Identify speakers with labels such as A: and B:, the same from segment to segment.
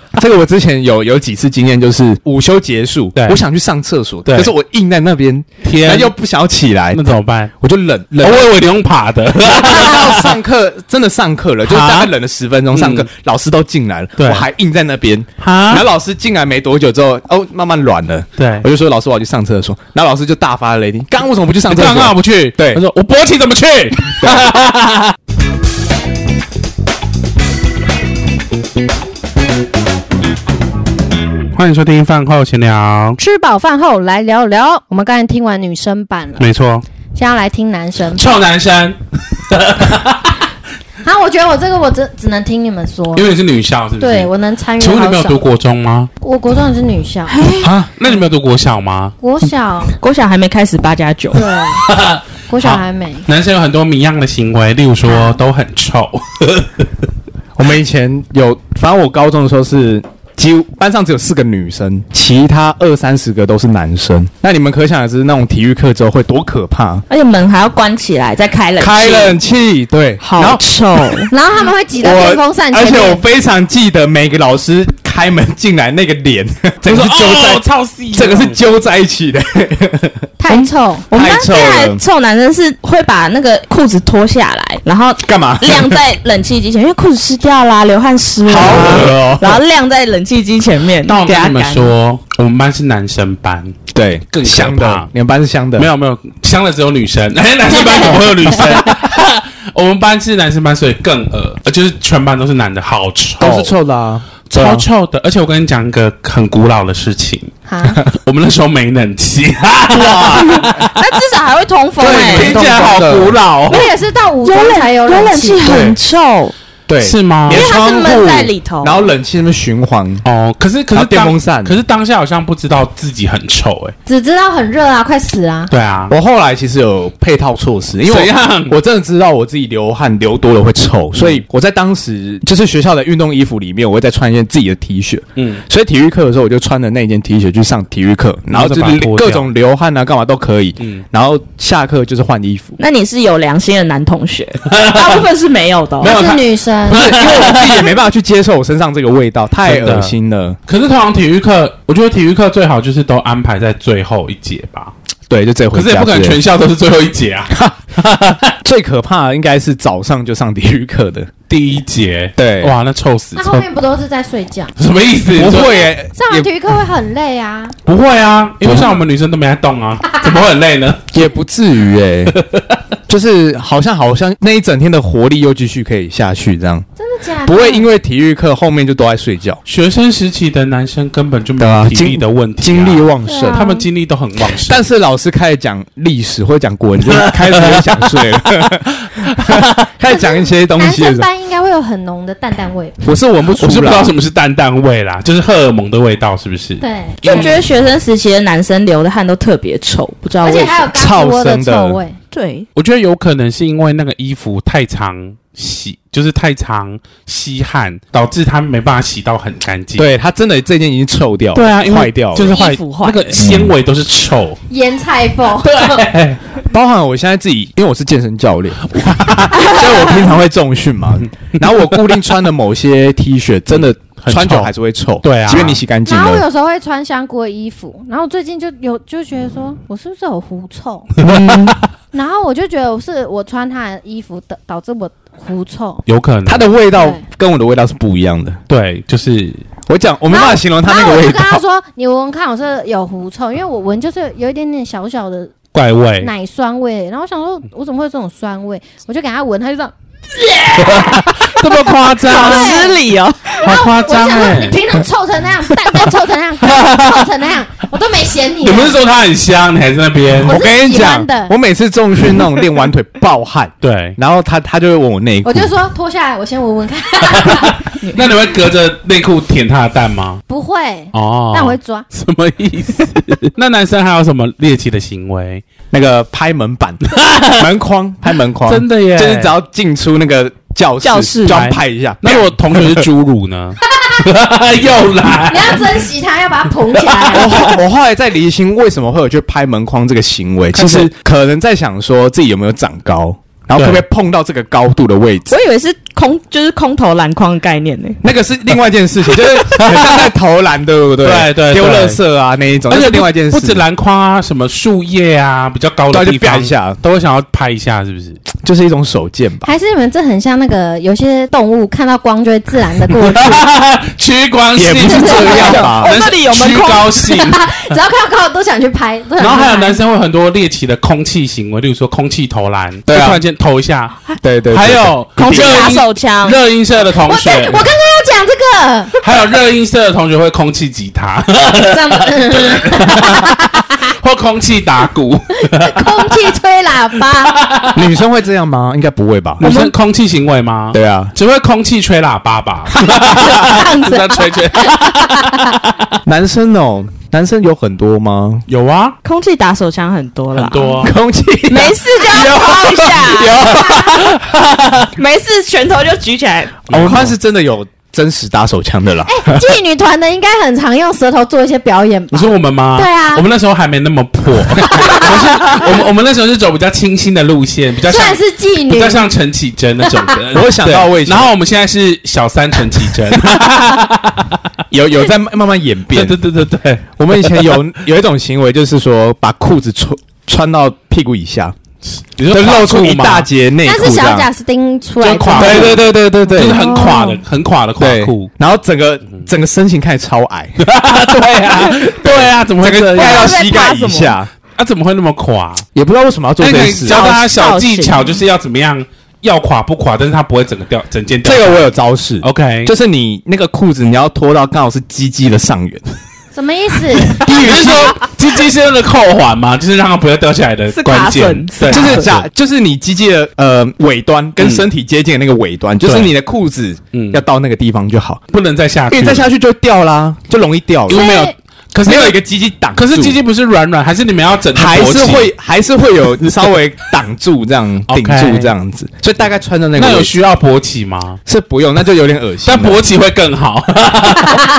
A: 这个我之前有有几次经验，就是午休结束，
B: 对
A: 我想去上厕所，
B: 对
A: 可是我硬在那边，
B: 天
A: 然后又不想要起来
B: 那，怎么办？
A: 我就忍
B: 哦
A: 忍。
B: 我以为你用爬的，
A: 到上课 真的上课了，就是大概忍了十分钟，上课
B: 嗯
A: 老师都进来了，
B: 对
A: 我还硬在那边。然后
B: 哈，
A: 老师进来没多久之后，哦，慢慢软了，
B: 对
A: 我，就说老师我要去上厕所，然后老师就大发雷霆，刚刚为什么不去上厕所？
B: 干嘛不去？
A: 对
B: 他说我勃起怎么去？ 欢迎收听饭后闲聊，
C: 吃饱饭后来聊聊。我们刚才听完女生版了，
B: 没错，
C: 现在来听男生。
B: 臭男生，
C: 啊，我觉得我这个我只只能听你们说，
B: 因为你是女校，是不是？
C: 对。我能参与
B: 请问你
C: 好
B: 们有
C: 少
B: 读。国中吗？
C: 我国中也是 女校，
B: 啊，那你们有读国小吗？
C: 国小，
D: 国小还没开始八加九
C: 对，国小还没。
B: 男生有很多谜样的行为，例如
C: 嗯
B: 说都很臭，
A: 我们以前有，反正我高中的时候是几乎班上只有四个女生，其他二三十个都是男生。那你们可想而知，那种体育课之后会多可怕。
D: 而且门还要关起来再开冷气，
A: 开冷气，对，然
D: 好
A: 后
D: 臭。
C: 然后他们会挤在电风
A: 我，
C: 扇
A: 而
C: 前
A: 且我嗯
C: 面，
A: 非常记得每个老师开门进来那个脸， 整个是揪在，
B: 哦超细，
A: 整个是
C: 嗯
A: 揪在一起的。
C: 太臭。
D: 我们
A: 太
D: 班
A: 臭
D: 最爱
A: 了
D: 臭男生是会把那个裤子脱下来，然后
A: 干嘛？
D: 晾在冷气机前，因为裤子湿掉啦，流汗湿了，
A: 好恶哦
D: 然后晾在冷气机前面，
B: 那我
D: 给
B: 跟
D: 他
B: 你们
D: 干。
B: 说，我们班是男生班，
A: 对，
B: 更可
A: 香
B: 怕
A: 的，你们班是香的，
B: 没
A: 有
B: 有没有，香的只有女生， 哎，男生班怎么会有女 生？我们班是男生班，所以更恶，呃就是全班都是男的，好臭，
A: 都是臭的啊，对
B: 超
A: 啊
B: 臭的。而且我跟你讲一个很古老的事情，
C: 哈，
B: 我们那时候没 冷气，
D: 那至少还会通风哎、
A: 对
B: 听起来好古老哦，
C: 那也是到五中才有
D: 有冷气
C: 气。
D: 很臭，
A: 对，
B: 是吗
A: 你？的
D: 因为它是
A: 窗户
D: 闷在里头
A: 然后冷气那边循环，
B: 哦，可是可
A: 还
B: 是
A: 有电
B: 当
A: 风扇
B: 可是当下好像不知道自己很臭，哎，
C: 只知道很热啊，快死啊！
B: 对啊，
A: 我后来其实有配套措施，因为
B: 怎样嗯
A: 我我真的知道我自己流汗流多了会臭，所以我在当时就是学校的运动衣服里面，我会再穿一件自己的 T 恤。
B: 嗯，
A: 所以体育课的时候，我就穿着那件 T 恤去上体育课，然后就
B: 然后再把它
A: 是
B: 脱掉
A: 各种流汗啊，干嘛都可以。
B: 嗯
A: 然后下课就是换衣 服，
D: 那你是有良心的男 同学，大部分是没有的、哦
A: 没。有
C: 我
A: 他
C: 是女生
A: 不，是因为我自己也没办法去接受我身上这个味道，太
B: 真的
A: 恶心了。
B: 可是通常体育课，我觉得体育课最好就是都安排在最后一节吧。
A: 对，就这回
B: 可是也
A: 家
B: 不可能
A: 之类
B: 全校都是最后一 节啊，
A: 的最可怕的应该是早上就上体育课的，
B: 第一节。
A: 对
B: 哇，那臭死！
C: 那
B: 臭
C: 后面不都是在睡觉？
B: 什么意思？
A: 不
B: 你说
A: 会耶、
C: 上完体育课会很累啊。
B: 不会啊，因为像我们女生都没在动啊，怎么会很累呢？
A: 也不至于 哎、就是好像好像那一整天的活力又继续可以下去，这样
C: 真的假的？
A: 不会因为体育课后面就都在睡觉，
B: 学生时期的男生根本就没
A: 对啊
B: 有体力的问题、
A: 精力，旺
C: 对
A: 盛
C: 啊。
B: 他们精力都很旺盛。啊
A: 但是老师开始讲历史或者讲国文，就开始就想睡 了，开始讲一些东
C: 男
A: 西的
C: 生
A: 时候，
C: 班应该会有很浓的淡淡味。
A: 我是闻不出
B: 我是不知道
A: 来。
B: 什么是淡淡味啦，就是荷尔蒙的味道，是不是？
C: 对，
D: 就觉得学生时期的男生流的汗都特别臭，不知道
C: 而
D: 为
C: 且
D: 什么。
C: 还有嘎吱
A: 超
C: 窝
A: 生的
C: 臭味。
D: 对，
B: 我觉得有可能是因为那个衣服太常洗，就是太常吸汗，导致它没办法洗到很干净。
A: 对他真的这件已经臭掉了，
B: 对啊，因为
A: 坏掉了，
B: 就是坏
D: 衣服坏
B: 那
D: 了
B: 个纤维都是臭。
C: 腌菜包，
A: 包含我现在自己，因为我是健身教练， 所以我平常会重训嘛。然后我固定穿的某些 T 恤，真的
B: 很
A: 穿久
B: 臭
A: 还是会臭。
B: 对啊
A: 即便你洗干净
C: 然后我
A: 了，
C: 有时候会穿香菇的衣服，然后最近就有就觉得说我是不是有狐臭，然后我就觉得我是我穿他的衣服导导致我狐臭。
B: 有可能，
A: 它的味道
C: 对
A: 跟我的味道是不一样的。
B: 对，就是
A: 我讲，我没办法形容它
C: 然
A: 那
C: 后
A: 个
C: 我就
A: 味
C: 跟他
A: 道，
C: 说：“你闻闻看，我是有狐臭，因为我闻就是有一点点小小的
B: 怪味。
C: 奶酸味。”然后我想说，我怎么会有这种酸味？我就给他闻，他就这样。
B: 这么夸
D: 好
B: 张，
D: 失礼哦。
B: 好夸
C: 我想
B: 张
C: 说，你
B: 哎！
C: 平常臭成那样， 蛋蛋臭成那样，臭成那样，我都没嫌 你
B: 你
C: 啊。
B: 不是说它很香，你还在那边？
C: 我
A: 我
C: 是
A: 跟你
C: 喜
A: 讲
C: 欢的，
A: 我每次重训那种练完腿爆汗，
B: 对，
A: 然后他他就会问我内裤
C: 我，就说脱下来，我先闻闻看。
B: 那你会隔着内裤舔它的蛋吗？
C: 不会，
B: 哦，
C: 但我会抓。
B: 什么意思？ 那男生还有什么猎奇的行为？
A: 那个拍门 板、门框、拍门框，
B: 真的耶！
A: 就是只要进出那个教室，
D: 教室
A: 就要拍一下。
B: 那如果同学是侏儒呢？ 又来
C: 你要珍惜它，要把它捧
A: 我
C: 起来。
A: 后我后来在离心为什么会有去拍门框这个行为？其
B: 看起来
A: 实可能在想说自己有没有长高，然后
B: 对
A: 特别碰到这个高度的位置
D: 我。以为是空，就是空投篮筐的概念呢、
A: 那个是另外一件 事情，就是很像在投篮，对不对？
B: 对对对
A: 丢垃圾啊那一种，
B: 而
A: 那
B: 且
A: 是
B: 不
A: 另外一件事。
B: 不止篮筐啊，什么树叶啊，比较高的
A: 对
B: 地
A: 就啪
B: 方
A: 一下，
B: 都会想要拍一下，是不 是？
A: 就是一种手贱吧。
C: 还是你们这很像那个有些动物看到光就会自然的过 去，
B: 趋光性
A: 也不是这样 吧
B: 男生
D: 哦这里有门
B: 趋
D: 框
B: 高性。
C: 只要看到高的都想去拍。都想
B: 然
C: 去
B: 后还有
C: 拍
B: 男生会很多猎奇的空气行为，例如说空气投篮，
A: 对啊
B: 就突然间投一下，
A: 对对对
B: 还有
D: 空气
B: 热
D: 打
B: 音
D: 手枪，
B: 啊热音社的同
C: 我对
B: 学
C: 我，刚刚要讲这个，
B: 还有热音社的同学会空气吉他
C: 怎么、
B: 或空气打鼓，
C: 空气吹喇叭？
A: 女生会这样吗？应该不会吧？
B: 女生空气行为吗？，
A: 对啊，
B: 只会空气吹喇叭 吧，
C: 样子
B: 这样吹吹。
A: 男生哦，男生有很多吗？
B: 有啊，
D: 空气打手枪很多
B: 很
D: 啦，
B: 多啊。
A: 空气
D: 没 事就要抛一 下，没事拳头就举起来，
A: 哦我看是真的有真实打手枪 的啦。。
C: 哎，妓女团的应该很常用舌头做一些表演吧
B: 你？说我们吗？
C: 对啊
B: 我们那时候还没那么破， 我是我们我们那时候是走比较清新的路线，比较
C: 虽
B: 像
C: 然是妓
B: 比
C: 女
B: 较，像陈绮贞那种的
A: 我想到我以前
B: 对然后我们现在是小三陈绮 贞，
A: 有有在慢慢演
B: 对
A: 变
B: 对。对对对，
A: 我们以前有 有一种行为，就是说把裤子穿穿到屁股以下，
B: 你
A: 就
B: 说
A: 露出一大
B: 截，
A: 截内
C: 但
A: 裤
C: 是
A: 这
C: 小
A: 样。
C: 贾斯汀出来
B: 就垮
C: 的
A: 对对对对对对，
B: 就是很垮
C: 哦
B: 的、很垮的垮
A: 对
B: 裤。，嗯
A: 然后整个整个身形看起来超 矮，
B: 对啊，对啊，怎么会
A: 整
B: 这
A: 个盖
B: 样
A: 到？膝盖以
D: 不知道
A: 下，
B: 啊，怎么会那么垮？
A: 也不知道为什么要做
B: 那
A: 这
B: 哎你可
A: 件
B: 以
A: 事。
B: 教大家小技
D: 造
B: 巧，
D: 型
B: 就是要怎么样要垮不垮，但是它不会整个掉，整件掉
A: 这。个我有招式，
B: OK，
A: 就是你那个裤子你要脱到刚好是鸡鸡的上缘，
C: 什么意思？
B: 你是说鸡鸡是那个扣环吗？就是让它不要掉下来的
D: 是
B: 关
D: 卡
B: 键
D: 榫，
B: 对
D: 是
A: 就
D: 卡
A: 是
D: 榫
A: 假，就是你鸡鸡的呃尾端跟身体接近的那个尾端，就是
B: 对
A: 你的裤子
B: 嗯
A: 要到那个地方就好，
B: 不能再下
A: 因
B: 去，
A: 为再下去就会掉啦，就容易掉了
B: 因。为没有
C: 所以
B: 可是
A: 没有一个鸡鸡挡住，
B: 可是鸡鸡不是软软，还是你们要整个
A: 还
B: 勃
A: 是
B: 起
A: 会还是会有稍微挡住这样
B: OK
A: 顶住这样子，所以大概穿到那个
B: 那有
A: 位置
B: 需要勃起吗？
A: 是不用，那就有点恶心
B: 但
A: 了。
B: 勃起会更好，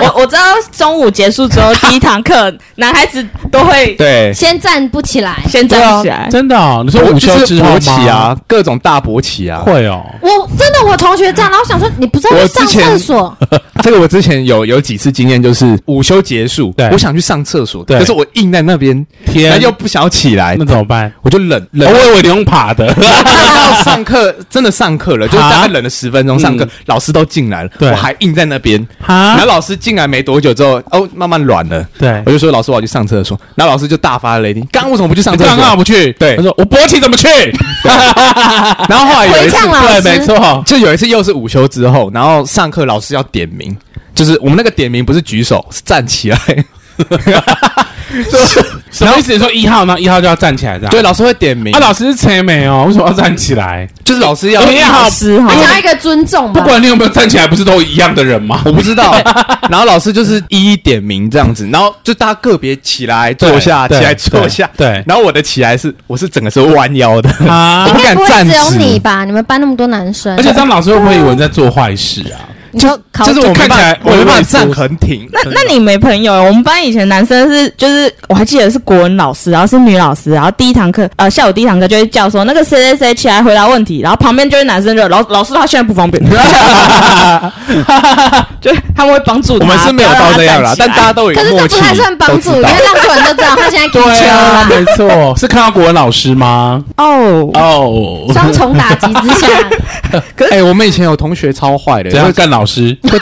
D: 我我知道中午结束 之后第一堂课，男孩子都会
A: 对
C: 先站不起来。
D: 先站起来。
B: 真的哦。你说
A: 勃
B: 午休
A: 就是
B: 之后吗
A: 勃起啊，各种大勃起啊，
B: 会哦。
C: 我真的我同学这样，然后我想说你不是要
A: 我
C: 去
A: 之
C: 上
A: 前
C: 厕所？
A: 这个我之前有有几次经验，就是午休结束，
B: 对
A: 我想去上厕所，
B: 对
A: 可是我硬在那边，
B: 天
A: 然后又不想要起来
B: 那，怎么办？哦
A: 我就忍
B: 我
A: 忍。
B: 以为你用 爬的，
A: 到上课真的上课了，就是
B: 哈
A: 大概忍了十分钟，上课
B: 嗯
A: 老师都进来了，
B: 对
A: 我还硬在那边。 然
B: 哈
A: 后，老师进来没多久之后，哦，慢慢软了，
B: 啊对
A: 我，就说老师我要去上厕所，然后老师就大发雷霆，刚刚为什么不去上厕
B: 刚好
A: 所？
B: 不去，
A: 对
B: 他说我勃起怎么去？
A: 然后后来有一
C: 回
A: 次
C: 呛老
B: 对，
C: 师，
B: 没错，
A: 就有一次又是午休之后，然后上课老师要点名，就是我们那个点名不是举手，是站起 来。
B: 什么意思？你说一号，那一号就要站起来，这样
A: 对，。老师会点名，
B: 啊，老师是催眉哦，为什么要站起来？
A: 就是老师要
B: 因为
D: 老师哈
C: 还，想要一个尊重
B: 不
C: 吧。
B: 管你有没有站起来，不是都一样的人吗？
A: 我不知道。然后老师就是一一点名这样子，然后就大家个别起来
B: 对
A: 坐下，起
B: 对
A: 来坐下。
B: 对对
A: 然后我的起来是我是整个是弯腰的，
B: 啊
A: 我不
C: 该
A: 敢
C: 不会
A: 站
C: 只有
A: 直。
C: 你吧？你们班那么多男生，
B: 而且这样老师会不会以为你在做坏事啊？
C: 你说考
A: 就是我没
B: 看起来
A: 办法我没办
B: 我以
A: 法
B: 为
A: 站
B: 是
A: 很挺。
D: 那那你没朋友？我们班以前男生是，就是我还记得是国文老师，然后是女老师，然后第一堂课，呃，下午第一堂课就会叫说那个谁谁谁起来回答问题，然后旁边就是男生就老老师他现在不 方便， 就是他们会帮助
A: 我
D: 他
B: 啊
A: 们是没有到这样啦，但大家都有一
C: 可
A: 个
C: 是
A: 默
C: 这
A: 契
C: 不太算帮助，
A: 都
C: 因
A: 知道
C: 为让所有人都知道他现在踢球
B: 啊
C: 了。
B: 没错，是看到国文老师吗？
D: 哦，
B: 哦，
C: 双重打击之下，
A: 哎，我们以前有同学超坏的，
B: 怎样 哦干老师？
C: 犯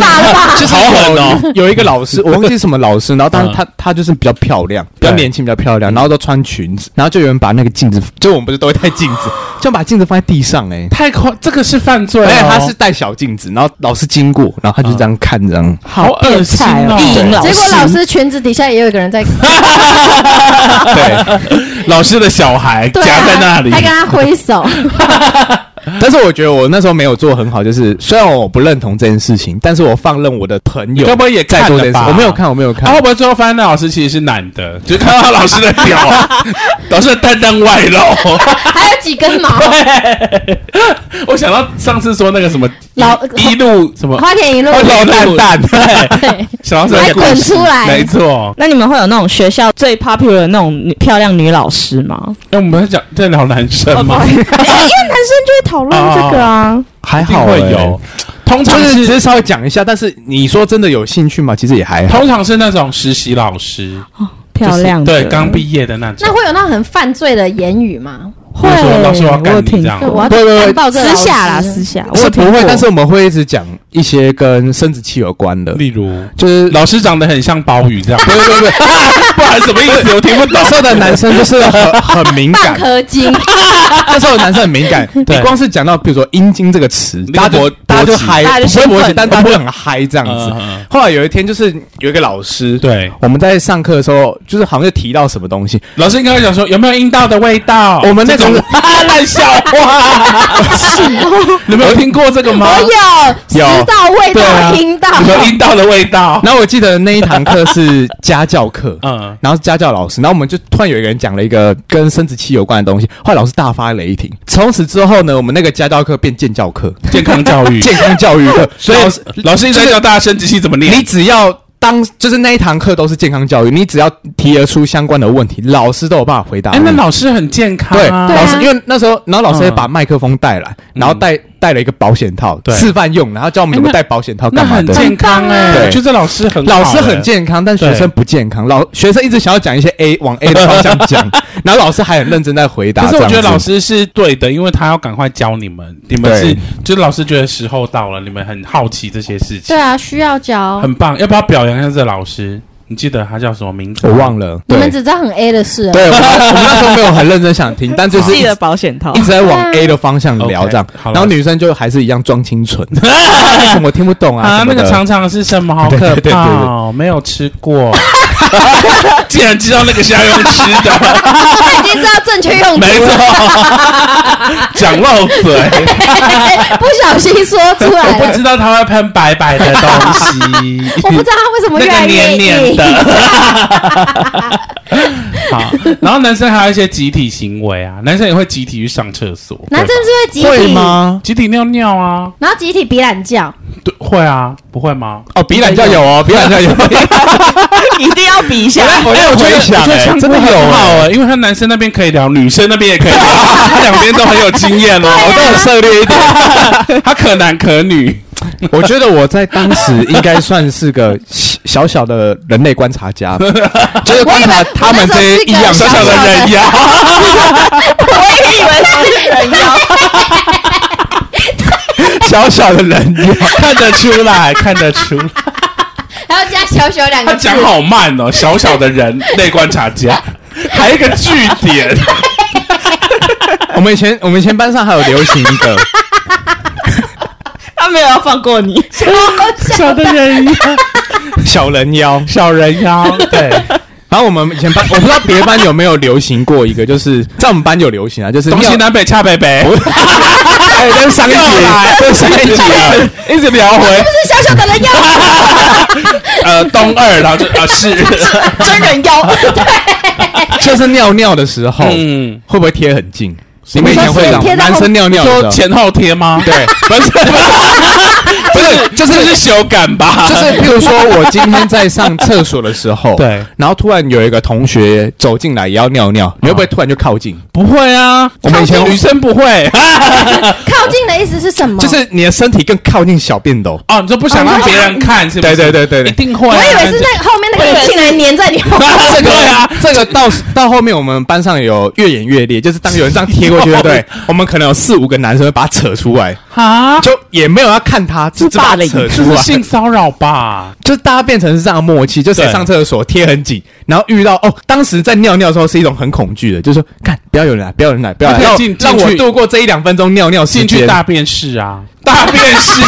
C: 法了吧？
A: 就是
B: 好狠哦
A: 有！有一个老师，我忘记是什么老 师，然后当时她她就是比较漂亮，比较
B: 对
A: 年轻，比较漂亮，然后都穿裙子，然后就有人把那个镜子，就我们不是都会带镜 子，就把镜子放在地上哎、
B: 太夸，这个是犯罪
A: 而且
B: 哦！
A: 他是带小镜子，然后老师经过，然后他就这样看这样。
B: 好恶
D: 变
B: 心
D: 态
B: 哦
D: 哦，意淫老
C: 结果老师裙子底下也有一个人在，
A: 对，
B: 老师的小孩
C: 对
B: 夹在那
C: 啊，
B: 里
C: 还，跟他挥手，
A: 但是我觉得我那时候没有做很好，就是虽然我不认同这件事情，但是我放任我的朋友
B: 该不会也
A: 在
B: 看
A: 做这
B: 了
A: 件事。
B: 吧？
A: 我没有看，哦我没有
B: 他
A: 看
B: 会。不会最后发现那老师其实是男的，就看到老师的屌，老师的蛋蛋外露。
C: 还有几根毛，
B: 我想到上次说那个什么
C: 老
B: 一路什么
C: 花田一路，
A: 老蛋蛋，
C: 对，
B: 想到这个故
C: 滚
B: 事，
C: 出来
B: 没，错。
D: 那你们会有那种学校最 popular 的那种女漂亮女老师吗？哎
B: 那我们在讲在聊男生吗？
D: 因为男生就会讨论这个
B: 哦
D: 啊。
A: 还
B: 一定
A: 好
B: 会
A: 欸
B: 有，通
A: 就
B: 常
A: 是只
B: 是
A: 是稍微讲一下。但是你说真的有兴趣吗？其实也还好。
B: 通常是那种实习老师，
D: 漂亮的，
B: 就是对，刚毕业的那种
C: 那。会有那很犯罪的言语吗？
D: 会
B: 比如说，老师我要
D: 我
B: 干
D: 有
B: 你
D: 听
B: 这样
C: 对，我
D: 过
C: 要
A: 不不不
C: 干爆这个
D: 私下啦，
C: 老师
D: 私下我有
A: 是不
D: 听
A: 会
D: 过，
A: 但是我们会一直讲一些跟生殖器有关的，
B: 例如
A: 就是
B: 老师长得很像鲍鱼这样，
A: 不是不是不是，
B: 不然什么意思？我听不懂
A: 那。时候的男生就是很很敏
C: 半
A: 感，
C: 颗金，
A: 那时候的男生很敏感，你
B: 对
A: 光是讲到比如说阴茎这个词，大
B: 那个
A: 家就
B: 勃
A: 大家就
B: 勃起
A: 嗨，
D: 大家就
A: 不会
D: 兴奋
A: 勃起，但大家就很嗨这样子
B: 嗯嗯嗯。
A: 后来有一天，就是有一个老师，
B: 对，
A: 我们在上课的时候，就是好像就提到什么东西，
B: 老师应该会讲说有没有阴道的味道？
A: 我们那种
B: 这种 哦烂笑 话，你们有听过这个吗
C: 我？有
A: 有
C: 食道味
B: 对啊
C: 道听到，
B: 有没有阴道的味道？，
A: 然后我记得那一堂课是家教课
B: 嗯，
A: 然后是家教老师，然后我们就突然有一个人讲了一个跟生殖器有关的东西，后来老师大发雷霆。从此之后呢，我们那个家教课变健教课、
B: 健康教育，
A: 健康教育 课，所以
B: 老师老师一直在教大家生殖器怎么
A: 你
B: 练，
A: 只要当就是那一堂课都是健康教育，你只要提得出相关的问题，老师都有办法回答你。
B: 哎，那老师很健康
A: 对
B: 啊，
C: 对
A: 老
C: 啊
A: 师，因为那时候，然后老师也
B: 嗯
A: 把麦克风带来，然后带带了一个保险套，
B: 对
A: 示范用，然后教我们怎么
B: 哎
A: 戴
B: 那
A: 保险套
B: 那
A: 干嘛
B: 很
A: 的。
B: 健康
A: 很棒啊
B: 哎，我觉得老师很好
A: 老师
B: 哎
A: 很健康，但学
B: 对
A: 生不健康。老学生一直想要讲一些 A 往 A 的方向讲，然后老师还很认真在回答。
B: 可是我觉得
A: 这样子
B: 老师是对的，因为他要赶快教你们，你们
A: 对
B: 是就是老师觉得时候到了，你们很好奇这些事情
C: 对，啊，需要教。
B: 很棒，要不要表扬一下这老师？你记得他叫什么名字？
A: 我忘。了，
C: 你们
A: 对
C: 只知道很 A 的事，
A: 对，我们我们那时候没有很认真想听，但就是
D: 记
A: 一
D: 得
A: 直
D: 保险套
A: 一。直在往 A 的方向聊
B: OK，
A: 这样，
B: 好了
A: 然后女生就还是一样装清 纯，为什么听不懂啊？
B: 啊，
A: 什
B: 那
A: 么的
B: 个长长的是什么？好
A: 对对
B: 可
A: 对对
B: 怕哦！没有吃过， 竟然知道那个是要用吃 的，
C: 他 已经知道正确用
B: 没
C: 途
B: 错
C: 了，，
B: 讲漏嘴，
C: 不小心说出来
B: 我不
C: 了。
B: 知道他会喷白白的东西，
C: 我不知道他为什么
B: 那
C: 越来
B: 个
C: 越
B: 黏黏
C: 硬，
B: 的。 好，然后男生还有一些集体行为啊，男生也会集体去上厕所，
C: 男生是不是集
A: 会
C: 体，
A: 吗？
B: 集体尿尿啊，
C: 然后集体比懒觉，
B: 对，会啊，不会吗？
A: 哦，比懒觉有 哦，比懒觉有。
D: 一定要比一下。
A: 我在回想
B: 哎我觉得
A: 欸
B: 香菇
A: 真的有
B: 很好
A: 欸
B: 哎，因为他男生那边可以 聊，女生那边也可以聊，他两边都很有经验哦，
A: 我都很涉猎一点。
B: 他可男可女，
A: 我觉得我在当时应该算是个小小小的人类观察家， 就是观察他们这些异样
C: 我以为我那时候是个小小
A: 人妖。
C: 的
D: 我也以为是人妖，
A: 小小的 人妖，
B: 看得出来，看得出来。
C: 还要加小小两
B: 他
C: 个字
B: 讲，好慢哦，小小的 人类观察家，还有一个据 点，
A: 我们以前我们以前班上还有流行一 个，
D: 他没有要放过你。
B: 小的人妖，
A: 小人妖，
B: 小人妖，对，
A: 然后我们以前班，我不知道别班有没有流行过一个，就是在我们班有流行啊，就是
B: 东西
A: 尿，
B: 南北恰北北，
A: 哎，跟上一 集
B: 又来，
A: 跟上 一集啊了，
B: 一直聊回
C: 不是小小的人妖，
B: 呃东二，然后就啊 是，
D: 真人妖，
A: 就是尿尿的时候，会
B: 嗯，
A: 不会贴很近？你们以前会这
C: 你说是
A: 样，
C: 贴到后
A: 男生尿尿的时
B: 说
A: 候
B: 前后贴吗？
A: 对，
B: 不是，不是，就是就是修改 吧，
A: 就是譬如说我今天在上厕所的时候，
B: 对，啊
A: 然后突然有一个同学走进来也要尿尿，你会不会突然就靠近？
B: 不会啊，
A: 我们以前
B: 女生不会
C: 靠近的意思是什
B: 啊
C: 么？
A: 就是你的身体更靠近小便 斗，
B: 哦，你说不想让别人看是不是？
A: 对对对对对
B: 一定会啊。
C: 我以为是那后面那个人进来粘在你后面，
A: 这个
B: 对啊，
A: 这个到到后面我们班上有越演越烈，就是当有人这样贴过去，对不 对？我们可能有四五个男生会把他扯出来，
B: 啊，
A: 就也没有要看他，就只把他扯
B: 这
A: 出
B: 是
A: 来，
B: 性骚扰吧？
A: 就是大家变成是这样的默契，就是
B: 对
A: 上厕所贴很紧，然后遇到哦，当时在尿尿的时候是一种很恐惧的，就是说看不要有人来，不要有人来，不要有人来让
B: 他可
A: 我
B: 以进
A: 让
B: 进
A: 我
B: 去
A: 度过这一两分钟尿尿时
B: 进去
A: 间。
B: 大便室啊，大便室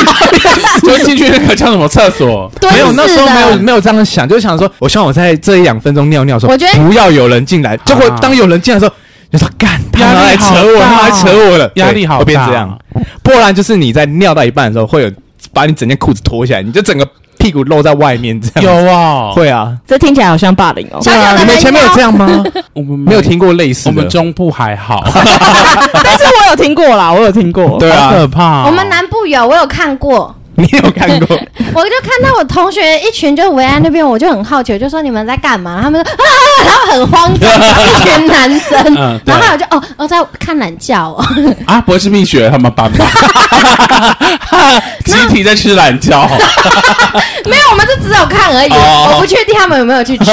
B: 就进去那个叫什么厕所？
C: 蹲
A: 没有，那时候
C: 式的
A: 没有没有这样想，就想说，我希望我在这一两分钟尿尿的时候，
C: 我觉得
A: 不要有人进
B: 啊
A: 来。结果当有人进来的时候，就说干，他
B: 压
A: 们
B: 力
A: 来扯
B: 好
A: 我，
B: 大
A: 他们来扯我了，
B: 啊压力好大，
A: 对会变这样。。波澜就是你在尿到一半的时候，会有把你整件裤子脱下来，你就整个屁股露在外面这样。
B: 有啊，
A: 会啊，
D: 这听起来好像霸凌哦。
C: 小小的
A: 你们
C: 人
A: 前面有
C: 妖
A: 这样吗？
B: 我 们
A: 没有，听过类似
B: 我
A: 的
B: 们。中部还好，
D: 但是我有听过啦，我有听过。
A: 对
B: 好可
A: 啊，
B: 怕哦。
C: 我们南部有，我有看过，
A: 你有看过？
C: 我就看到我同学一群就围在那边，我就很好奇，我就说你们在干嘛？他们说啊， 然后很慌张，一群男生，
B: 嗯对
C: 然后我就哦，我在看懒觉哦，
B: 啊，不会是蜜雪他们班吧？ 集体在吃懒觉，
C: 没有，我们就只有看而已，
B: 哦
C: 我不确定他们有没 有去吃。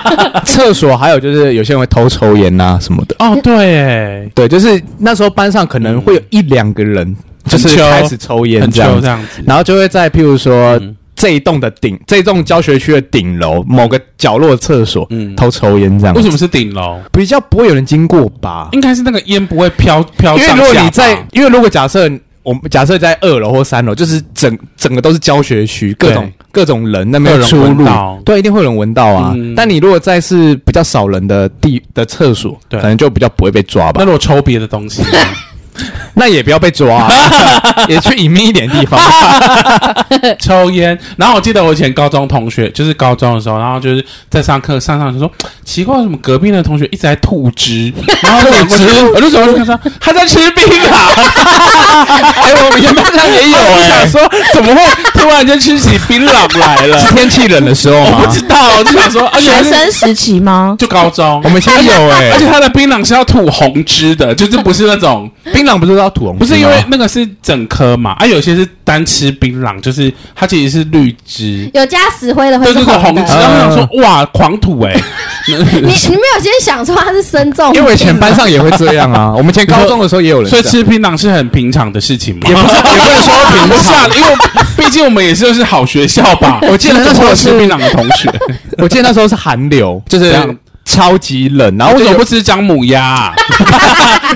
A: 厕所还有就是有些人会偷抽烟呐、什么的。
B: 哦，对，
A: 对，就是那时候班上可能会有一两个人，就是
B: 很秋
A: 开始抽烟
B: 很
A: 这
B: 秋
A: 样
B: 这
A: 子，
B: 样子。
A: 然后就会在譬如说
B: 嗯
A: 这一栋的顶，这一栋教学区的顶楼某个角落厕所
B: 嗯
A: 偷抽烟这样子。
B: 为什么是顶楼？
A: 比较不会有人经过吧？
B: 应该是那个烟不会飘飘
A: 因为
B: 上
A: 如果
B: 下
A: 你
B: 吧
A: 在，因为如果假设我们假设在二楼或三楼，就是整整个都是教学区，各种
B: 对
A: 各种人那边有
B: 会有人
A: 出
B: 闻
A: 入
B: 到，
A: 对，一定会有人闻到啊。
B: 嗯
A: 但你如果在是比较少人的地的厕所，
B: 对
A: 可能就比较不会被抓
B: 那
A: 吧。
B: 如果抽别的东西呢，
A: 那也不要被抓、 啊，也去隐秘一点的地方。
B: 抽烟。然后我记得我以前高中同学，就是高中的时候，然后就是在上课上上就说，奇怪，为什么隔壁那个同学一直在吐汁？然后我就我就走过去看他，他在吃槟榔。啊
A: 哎、我们原本上也有
B: 欸我
A: 哎、
B: 想说，怎么会突然间吃起槟榔来了？
A: 是天气冷的时候
B: 我
A: 吗
B: 不？知道，我就想说，而且还
D: 哦学
B: 是
D: 生时期吗？
B: 就高 中
A: 我。们现在有哎、
B: 而且他的槟榔是要吐红汁的，就是不是那种，
A: 槟榔不是都要吐红哦
B: 不
A: 汁吗？
B: 是因为那个是整颗嘛，啊，有些是单吃槟榔，就是它其实是绿汁，
C: 有加石灰的会
B: 对 对
C: 是
B: 对，
C: 红
B: 红
C: 的
B: 汁，。
A: 呃
B: 然后我想说哇，狂吐哎，
C: 你你没有先想说它是生重，
A: 因为以前班上也会这样啊，我们以前高中的时候也有人这
B: 所以
A: 样，
B: 吃槟榔是很平常的事情
A: 啊
B: 嘛，
A: 也不是 也不能说
B: 平
A: 平常
B: 常，。因为毕竟我们也是就是好学校吧，
A: 我记得那时候
B: 就是是吃槟榔的同 学，
A: 我记得那时候是寒流，就
B: 这
A: 是
B: 样
A: 超级冷，然
B: 然
A: 后
B: 后为什么
A: 就
B: 不吃姜母鸭啊？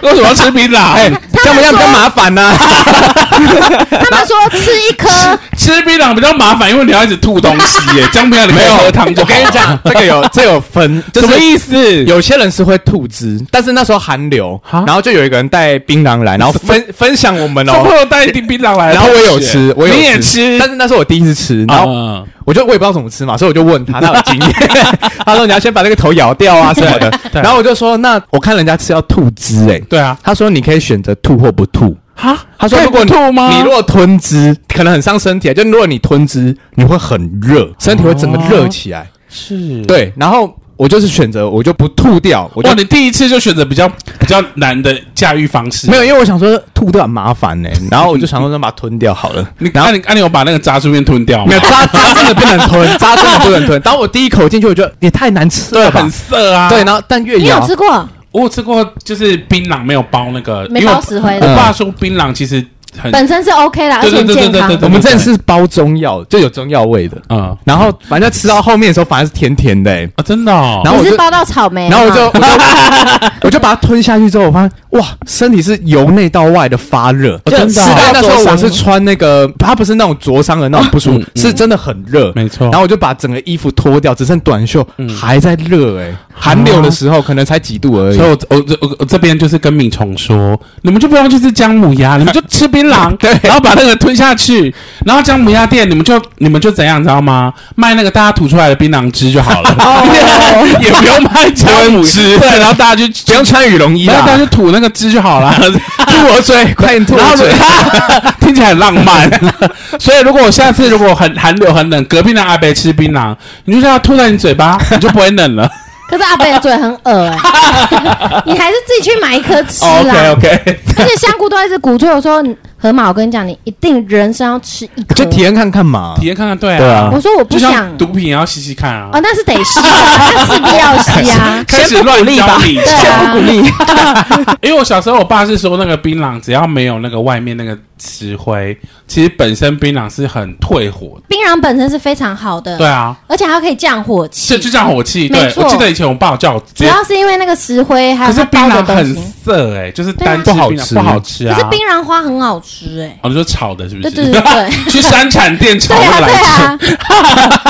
B: 为什么要吃槟榔？
A: 哎，这样比较比较麻烦啊 呢？
C: 他们说吃一颗，
B: 吃槟榔比较麻烦，因为你要一直吐东西 耶。姜母鸭你可以喝汤就
A: 我
B: 好
A: 跟你 讲，这个有这有分，就
B: 什么
A: 是
B: 意思？
A: 有些人是会吐汁，但是那时候寒流，
B: 哈
A: 然后就有一个人带槟榔来，然后分分享我们
B: 怎么
A: 哦
B: 会。有带一瓶槟榔来的
A: 然后
B: 同
A: 我
B: 学？
A: 有吃，我有
B: 你也吃，
A: 但是那是我第一次吃，然后
B: 嗯
A: 我就我也不知道怎么吃嘛，所以我就问 他，他有经验，他说你要先把那个头咬掉啊什么的，
B: 对
A: 然后我就说那我看人家吃要吐汁哎，
B: 对啊，
A: 他说你可以选择吐或不吐，
B: 哈，
A: 他说：“如果你
B: 可以不吐吗？
A: 你如果吞汁，可能很伤身体啊。就如果你吞汁，你会很热，身体会整个热起来。
B: 是，
A: 对，然后我就是选择，我就不吐掉，我就
B: 哇，你第一次就选择比较比较难的驾驭方式，
A: 没有，因为我想说吐掉很麻烦呢、然后我就想说，那把它吞掉好了。
B: 你，
A: 然
B: 那
A: 后
B: 你那你有把那个炸薯片吞掉吗
A: 没有？ 渣渣真的不能吞，渣真的不能吞。当我第一口进去，我觉得也太难吃
B: 对，
A: 了吧
B: 很。涩啊。
A: 对，然后但越
C: 你有
A: 咬
C: 吃过
B: 我有吃过，就是槟榔没有包那个，
C: 没
B: 因为
C: 包
B: 我
C: 石灰
B: 我
C: 的，
B: 爸说槟榔其实很，
C: 本身是 OK 啦，而
B: 对
C: 且
B: 对
C: 很
B: 对
C: 健
B: 对对
C: 康
B: 对。
A: 我
B: 对
A: 们这次包中药，就有中药味的。
B: 嗯啊，
A: 然后反正吃到后面的时候，反而是甜甜的、欸。
B: 真的哦。
A: 然后我
C: 你
A: 就是
C: 包到草莓啊了
A: 然
C: 吗，
A: 后我就我就我就把它吞下去之后，我发现哇，身体是由内到外的发热。
B: 哦
D: 就
B: 真的哦
D: 吃
A: 但
D: 到
A: 那时
D: 灼
A: 候我
D: 伤
A: 是穿那个，它不是那种灼伤的那种不舒服，是真的很热。
B: 没错
A: 然后我就把整个衣服脱掉，只剩短袖，还在热哎、寒流的时候可能才几度而已
B: 所以。我，我我我我这边就是跟敏虫说，你们就不要去吃姜母 鸭，你们就吃槟榔，对，然后把那个吞下去，然后姜母鸭店你们就你们就怎样，你知道吗？卖那个大家吐出来的槟榔汁就好了，
A: 哦
B: 也不用 卖姜母汁，对，然后大家就
A: 不用穿羽绒衣
B: 然后大家
A: 啦，
B: 就吐那个汁就 好了。
A: 吐我嘴，快点吐
B: 然
A: 我
B: 后
A: 嘴。
B: 听起来很浪 漫，所以如果我下次如果很寒流很冷，隔壁的阿伯吃槟榔，你就叫他吐在你嘴巴， 你就不会冷了。
C: 可是阿贝的嘴很恶哎， 你还是自己去买一颗吃
A: 啊
C: 啦。
B: OK，
C: 而且香菇都一直鼓吹我说，河马，我跟你讲，你一定人生要吃一 颗
A: 就。体验看看嘛
B: 体。验看看，对啊，
A: 对啊
C: 我说我不
B: 就
C: 想
B: 像毒品也要吸吸看啊。。
C: 哦，那是得吸啊，那势必要吸 啊
B: 开始乱教你，
C: 对啊，
B: 因为我小时候我爸是说那个槟榔只要没有那个外面那个石灰，其实本身槟榔是很退火
C: 槟榔本身是非常好的，
B: 的。对，啊，
C: 而且它可以降火气
B: 就。就这样火气。
C: 没
B: 对，
C: 错
B: 我记得以前我爸有叫我直
C: 主
B: 接，
C: 要是因为那个石灰还
B: 可
C: 有
B: 是
C: 它
B: 槟
C: 包
B: 榔
C: 的东
B: 很
C: 西，
B: 涩哎，就是
C: 对啊
B: 单吃
A: 不好
B: 槟榔
A: 吃
B: 不好吃
C: 可
B: 啊。
C: 是槟榔花很好吃哎。
B: 哦，你说炒的是不
C: 对
B: 是？
C: 对对对。
B: 去山产店炒
C: 对啊，
B: 那个
C: 对
B: 来吃。
C: 啊，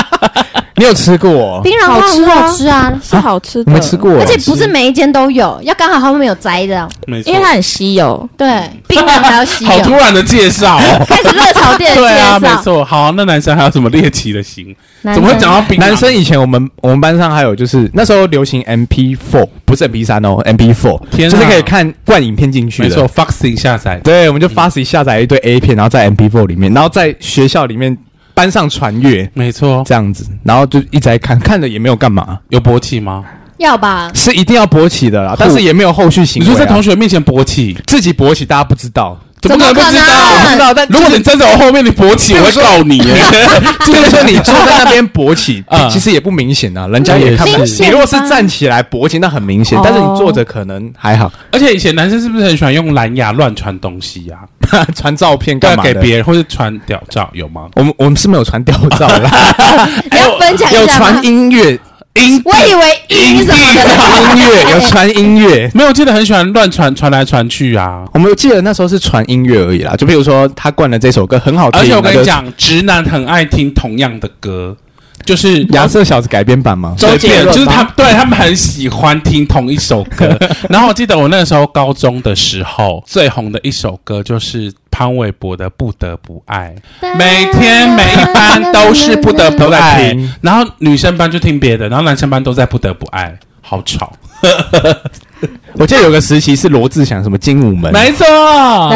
A: 你有吃过？
C: 槟榔花很好吃啊，
D: 是好吃
A: 我
D: 的，
A: 没吃过，
C: 而且不是每一间都有，要刚好他们有摘的。
B: 没错
D: 因 为，它很稀有。
C: 对，槟榔还要稀
B: 好突
C: 有。
B: 然的介绍哦。
C: 开始热炒店的
B: 对啊， 没
C: 介绍，
B: 错。好，那男生还有什么猎奇的行？
C: 男
B: 怎
C: 生
B: 么会讲到槟榔？
A: 男生以前我们我们班上还有就是那时候流行 MP four，不是 MP 三哦，MP four，
B: 天啊
A: 就是可以看灌影片进去
B: 没
A: 的。
B: 错，Foxing 下载
A: 对，我们就发起下载一堆 A 片，然后在 MP four 里面，然后在学校里面班上传阅
B: 没错，
A: 这样子，然后就一直在看，看了也没有干嘛，
B: 有勃起吗？
C: 要吧？
A: 是一定要勃起的啦，但是也没有后续行
B: 你
A: 为、啊。
B: 说在同学面前勃起，
A: 自己勃起，大家不知道，
B: 怎么
C: 怎么
B: 不知
C: 可能
B: 道？
A: 不知道，但
B: 如果你站在我后面，你勃起，我会告你耶。
A: 就是说你坐在那边勃 起
B: 啊，
A: 其实也不明显啊，人家也看不
C: 明
A: 见。
C: 显
A: 你如果是站起来勃起，那很明显，但是你
D: 哦
A: 坐着可能还好，
B: 而且以前男生是不是很喜欢用蓝牙乱传东西呀、
A: 传照片
B: 啊？
A: 干嘛
B: 给
A: 的？
B: 别人或是传屌照有吗？
A: 我们我们是没有传吊照 啦，
C: 你要分享
A: 有
C: 一下吗
A: 传？音 乐，音
C: 我以为音什么的，
A: 音乐有传音乐。
B: 没有，我记得很喜欢乱传传来传去啊。
A: 我们记得那时候是传音乐而已啦，就比如说他灌了这首歌很好听，
B: 而且我
A: 那
B: 跟你
A: 就，
B: 讲，直男很爱听同样的歌，就是
A: 亚瑟小子改编版吗？
B: 随
D: 周杰
B: 便，
D: 伦
B: 就是他
D: 吗
B: 对他们很喜欢听同一首歌。然后我记得我那时候高中的时候，最红的一首歌就是潘玮柏的《不得不爱》，每天每一班都是《不得不
A: 都在
B: 爱
A: 听》，
B: 然后女生班就听别的，然后男生班都在《不得不爱》，好吵。
A: 我记得有个时期是罗志祥什么精武门，
B: 没错，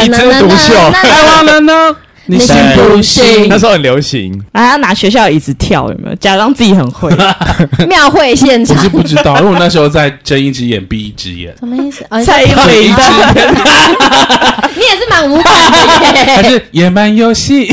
A: 一枝独秀
B: 台湾人呢？你信不信
A: 那？时候很流行。
D: 然后要啊拿学校椅子跳，有没有？假装自己很会。
C: 庙会现
B: 我
C: 场
B: 是不知道，因为我那时候在睁一只眼闭一只 眼。
C: 什么意 思？哦，
D: 蔡依林的，
C: 你也是蛮无感
B: 还
C: 的耶，
B: 是野蛮游戏？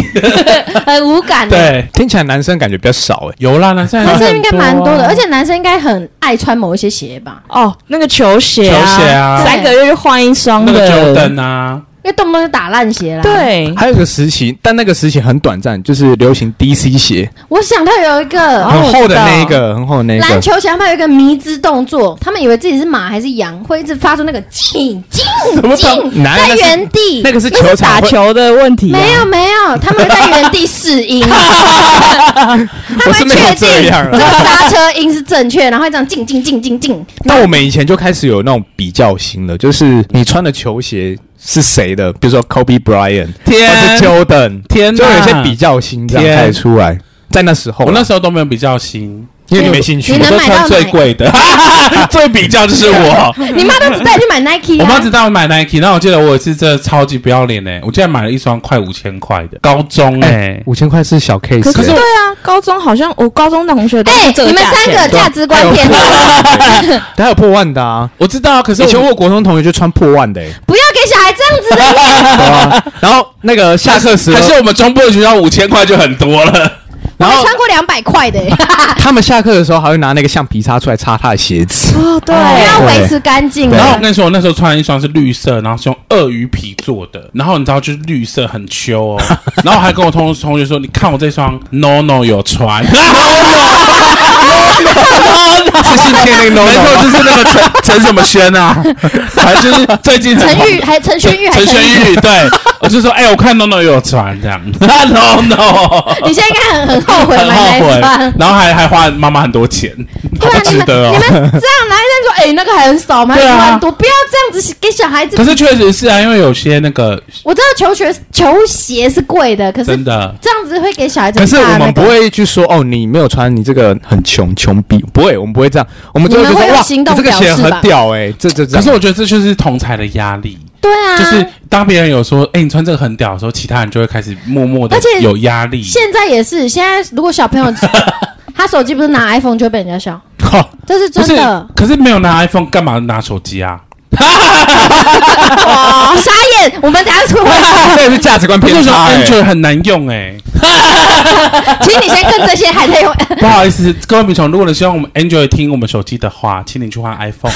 C: 很无感的。
B: 对，
A: 听起来男生感觉比较少哎、
B: 有啦，男生
C: 男生应该蛮多
A: 啊
C: 的，而
B: 且
C: 且男生应该很爱穿某一些鞋吧，
D: 哦，那个球鞋啊，
B: 球鞋啊
D: 三个月就换一双
B: 那
D: 的。
B: 个 Jordan 啊，
C: 因为动不动就打烂鞋啦。，
D: 对，
A: 还有一个时期，但那个时期很短暂，就是流行 DC 鞋，
C: 我想到有一个
D: 哦
A: 很厚的那一个，很厚的那一
C: 篮
A: 个。
C: 球前面有一个迷之动作，他们以为自己是马还是羊，会一直发出那个进进进，
A: 哪有那是
C: 在原地。
A: 那个是
D: 那
A: 球
D: 是
A: 场
D: 打
A: 会，
D: 球的问题啊。
C: 没有没有，他们会在原地试 音，他
A: 我
C: 们
A: 是
C: 会
A: 没有
C: 确
A: 这
C: 定
A: 样
C: 这
A: 啊。
C: 个刹车音是正确，然后会这样进进进进进。
A: 但我们以前就开始有那种比较心了，就是你穿的球鞋是谁的，比如说 Kobe Bryant 或
B: 天
A: 是 Jordan，
B: 天
A: 就
B: 哪
A: 有一些比较心这
B: 天
A: 样开出来。在那时候啊，
B: 我那时候都没有比较心，
A: 因为你没兴趣
C: 你，
B: 我
C: 能
B: 都
C: 买
B: 穿
C: 到
B: 最
C: 哪
B: 贵的， 最比较就是 我。
C: 你妈都只带你去买 Nike
B: 我妈
C: 啊
B: 知？道我买 Nike，那我记得我是真的超级不要脸哎，我竟然买了一双快五千块的，高中
A: 欸
B: 哎，
A: 五千块是小 case，
D: 可是
A: 欸
D: 对啊，高中好像我高中的同学都
C: 哎
D: 是，这
C: 你
D: 个
C: 们
D: 价
C: 三
D: 钱
C: 个价值观偏差，
A: 他有破万的啊。
B: 我知道啊，可是
A: 以前
B: 我
A: 我国中同学就穿破万的、 欸，
C: 不要给小孩这样子的
A: 对啊然后那个下课时，
B: 还是我们中部的学校五千块就很多了，
A: 然
C: 我
A: 后
C: 穿过两百块的耶，欸
A: 他们下课的时候还会拿那个橡皮擦出来擦他的鞋子，
D: 哦，对，
C: 因为要
A: 对
C: 维持干净
A: 对
B: 然后
C: 啊
B: 我。跟你说，我那时候穿一双是绿色，然后是用鳄鱼皮做的，然后你知道就是绿色很 秋哦，然后还跟我同同学说，你看我这双 No No 有穿，
A: 是信天那个 no
B: 没错，
A: no
B: 就是那个陈陈什么轩啊， 反正就是最近很
C: 陈
B: 红
C: 玉还陈轩玉还
B: 陈
C: 陈玉，
B: 轩玉， 对，我就说，哎，我看 No No 有穿这样，No No。
C: 你现在应该很很后 悔
B: 很
C: 买
B: 后
C: 那
B: 悔
C: 一双，。
B: 然后还还花妈妈很多钱，
C: 对
B: 好
C: 啊，
B: 不
C: 你
B: 值
C: 们
B: 得
C: 你
B: 哦
C: 们。这样拿一张说，哎，那个还很少吗？一
B: 对啊
C: 万多，不要这样子给小孩子
B: 可。是确实是啊，因为有些那个
C: 我知道球鞋球鞋是贵的，可是
B: 真的，
C: 这样子会给小孩子
A: 可
C: 很
A: 是
C: 大
A: 我
C: 的那
A: 们
C: 个。
A: 不会去说哦，你没有穿，你这个很穷穷逼，不会，我们不会这样，我们就
C: 你们
A: 就
C: 会
A: 说
C: 用
A: 哇，
C: 行
A: 你
C: 动
A: 这个鞋
C: 表示吧
A: 很屌哎、欸，这这这
B: 可
A: 样。
B: 是我觉得这就是同才的压力，
C: 对啊，
B: 就是当别人有说“哎，你穿这个很屌”的时候，其他人就会开始默默的
C: 而且
B: 有压力。
C: 现在也是，现在如果小朋友他手机不是拿 iPhone 就会被人家笑，
A: 哦
C: 这是
B: 不
C: 真
B: 是
C: 的。，
B: 可是没有拿 iPhone 干嘛拿手机啊？
C: 哇，傻眼！我们等下出回 来，
A: 这也是价值观
B: 我就
A: 偏
B: 说
A: 差、欸。
B: Android 很难用哎，
C: 请你先跟这些还在用。
B: 不好意思，各位米虫，如果你希望我们 Android 听我们手机的话，请你去换 iPhone。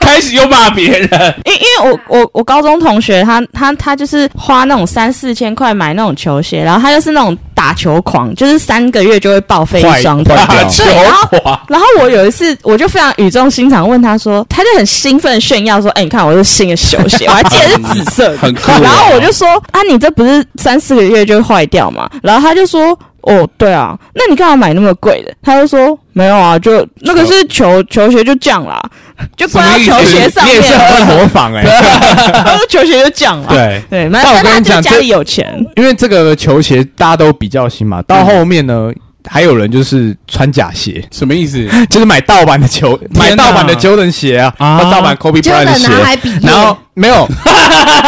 B: 开始又骂别人，
D: 因因为我我我高中同学他他他就是花那种三四千块买那种球鞋，然后他就是那种打球狂，就是三个月就会报废一双的。
A: 坏坏掉
D: 对，然后
B: 哇！
D: 然后我有一次我就非常语重心长问他说，他就很兴奋炫耀说，哎、你看我这新的球鞋，我还记得是 紫色的。
B: 很酷啊
D: 然后我就说，啊，你这不是三四个月就会坏掉吗？然后他就说。哦，对啊，那你干嘛买那么贵的？他就说没有啊，就那个是球球鞋就这样啦，就挂到球鞋上
A: 你也
D: 面
A: 是很
D: 了，
A: 会模仿 哎、
D: 他说球鞋就这样啦。
B: 对，
D: 对，那
A: 但我
D: 但
A: 跟
D: 他
A: 你
D: 就
A: 讲
D: 家
A: 这
D: 里有钱，
A: 因为这个球鞋大家都比较新嘛，到后面呢，还有人就是穿假鞋，
B: 什么意思？
A: 就是买盗版的球，
B: 哪
A: 买盗版的 Jordan 鞋啊，
B: 啊
A: 或盗版 Kobe
C: 就
A: Bryant 的
C: 能
A: 鞋
C: 拿，来比耶，
A: 然后没有，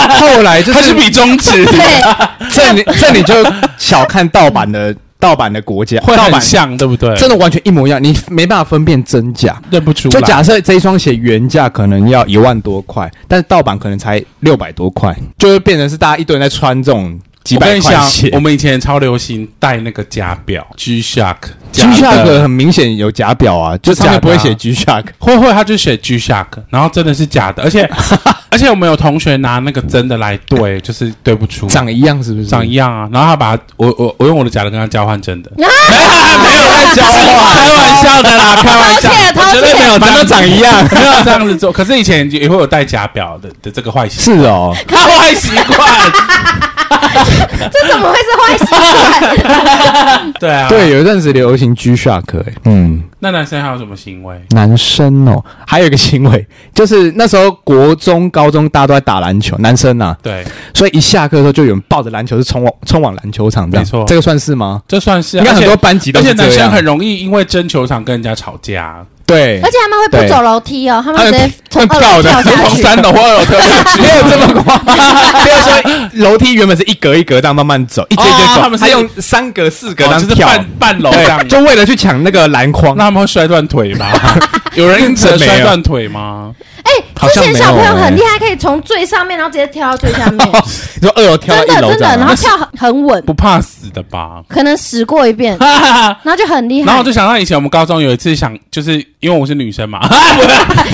A: 后来就是
B: 他是比中 指，
C: 对，啊
A: 这里这里就小看盗版的盗版的国家，
B: 会
A: 盗
B: 很
A: 版
B: 像，对不对？
A: 真的完全一模一样，你没办法分辨真假。
B: 认不出来。
A: 就假设这一双鞋原价可能要一万多块，但是盗版可能才六百多块，就会变成是大家一堆人在穿这种几
B: 我跟
A: 百
B: 你
A: 块
B: 讲，
A: 鞋
B: 我。们以前超流行戴那个假表，G Shock，
A: G Shock 很明显有假表啊，就上面不会写 G Shock，
B: 会会，他就写 G Shock，然后真的是假的，而且而且我们有同学拿那个真的来对，就是对不出，
A: 长一样是不是？
B: 长一样啊，然后他把我我我用我的假的跟他交换真的，
A: 没有在交换，
B: 开玩笑的 啦，开玩笑，
C: 而且
B: 我
C: 他
B: 绝对没有这
A: 反
B: 样
A: 正
B: 子
A: 都长一样。
B: 没有这样子做，可是以前也会有戴假表的的这个坏习
A: 是哦，
B: 惯，坏习惯，
C: 这怎么会是坏习惯？
B: 对啊，
A: 对，。有一阵子流行 G Shock，哎、嗯，
B: 那男生还有什么行为？
A: 男生哦，还有一个行为就是那时候国中、高中大家都在打篮球，男生呐、
B: 对，
A: 所以一下课的时候就有人抱着篮球是冲往冲往篮球场这样，
B: 没错
A: 这个算是吗？
B: 这算是啊
A: 应该
B: 而
A: 很
B: 且
A: 多班级都
B: 而且
A: 是
B: 男
A: 这
B: 生
A: 样，
B: 很容易因为争球场跟人家吵架，
A: 对，
C: 而且他们会不
A: 对
C: 走楼梯哦，他们直接从
A: 用
C: 二楼
A: 跳的
C: 跳下
B: 从
C: 去。
B: 三楼或二楼跳 下去，
A: 没有这么夸张，没有说楼梯原本是一格一格这样慢慢走，一阶一阶
B: 哦
A: 走，
B: 他们是
A: 他用三格四格
B: 哦
A: 当
B: 就是
A: 跳，
B: 半半楼这样
A: 对，。就为了去抢那个篮筐
B: 那。他们会摔断腿 吗？有人因此
A: 真没有
B: 摔断腿吗？
C: 哎，之前小朋友很厉害，可以从最上面，然后直接跳到最下面，
A: 你说二楼跳到
C: 真
A: 一
C: 的
A: 楼
C: 真
A: 这
C: 的，
A: 样
C: 然后
A: 吗，
C: 跳很很稳，
B: 不怕死的 吧？
C: 可能死过一遍，然后就很厉害。
B: 然后我就想到以前我们高中有一次想，就是因为我是女生 嘛，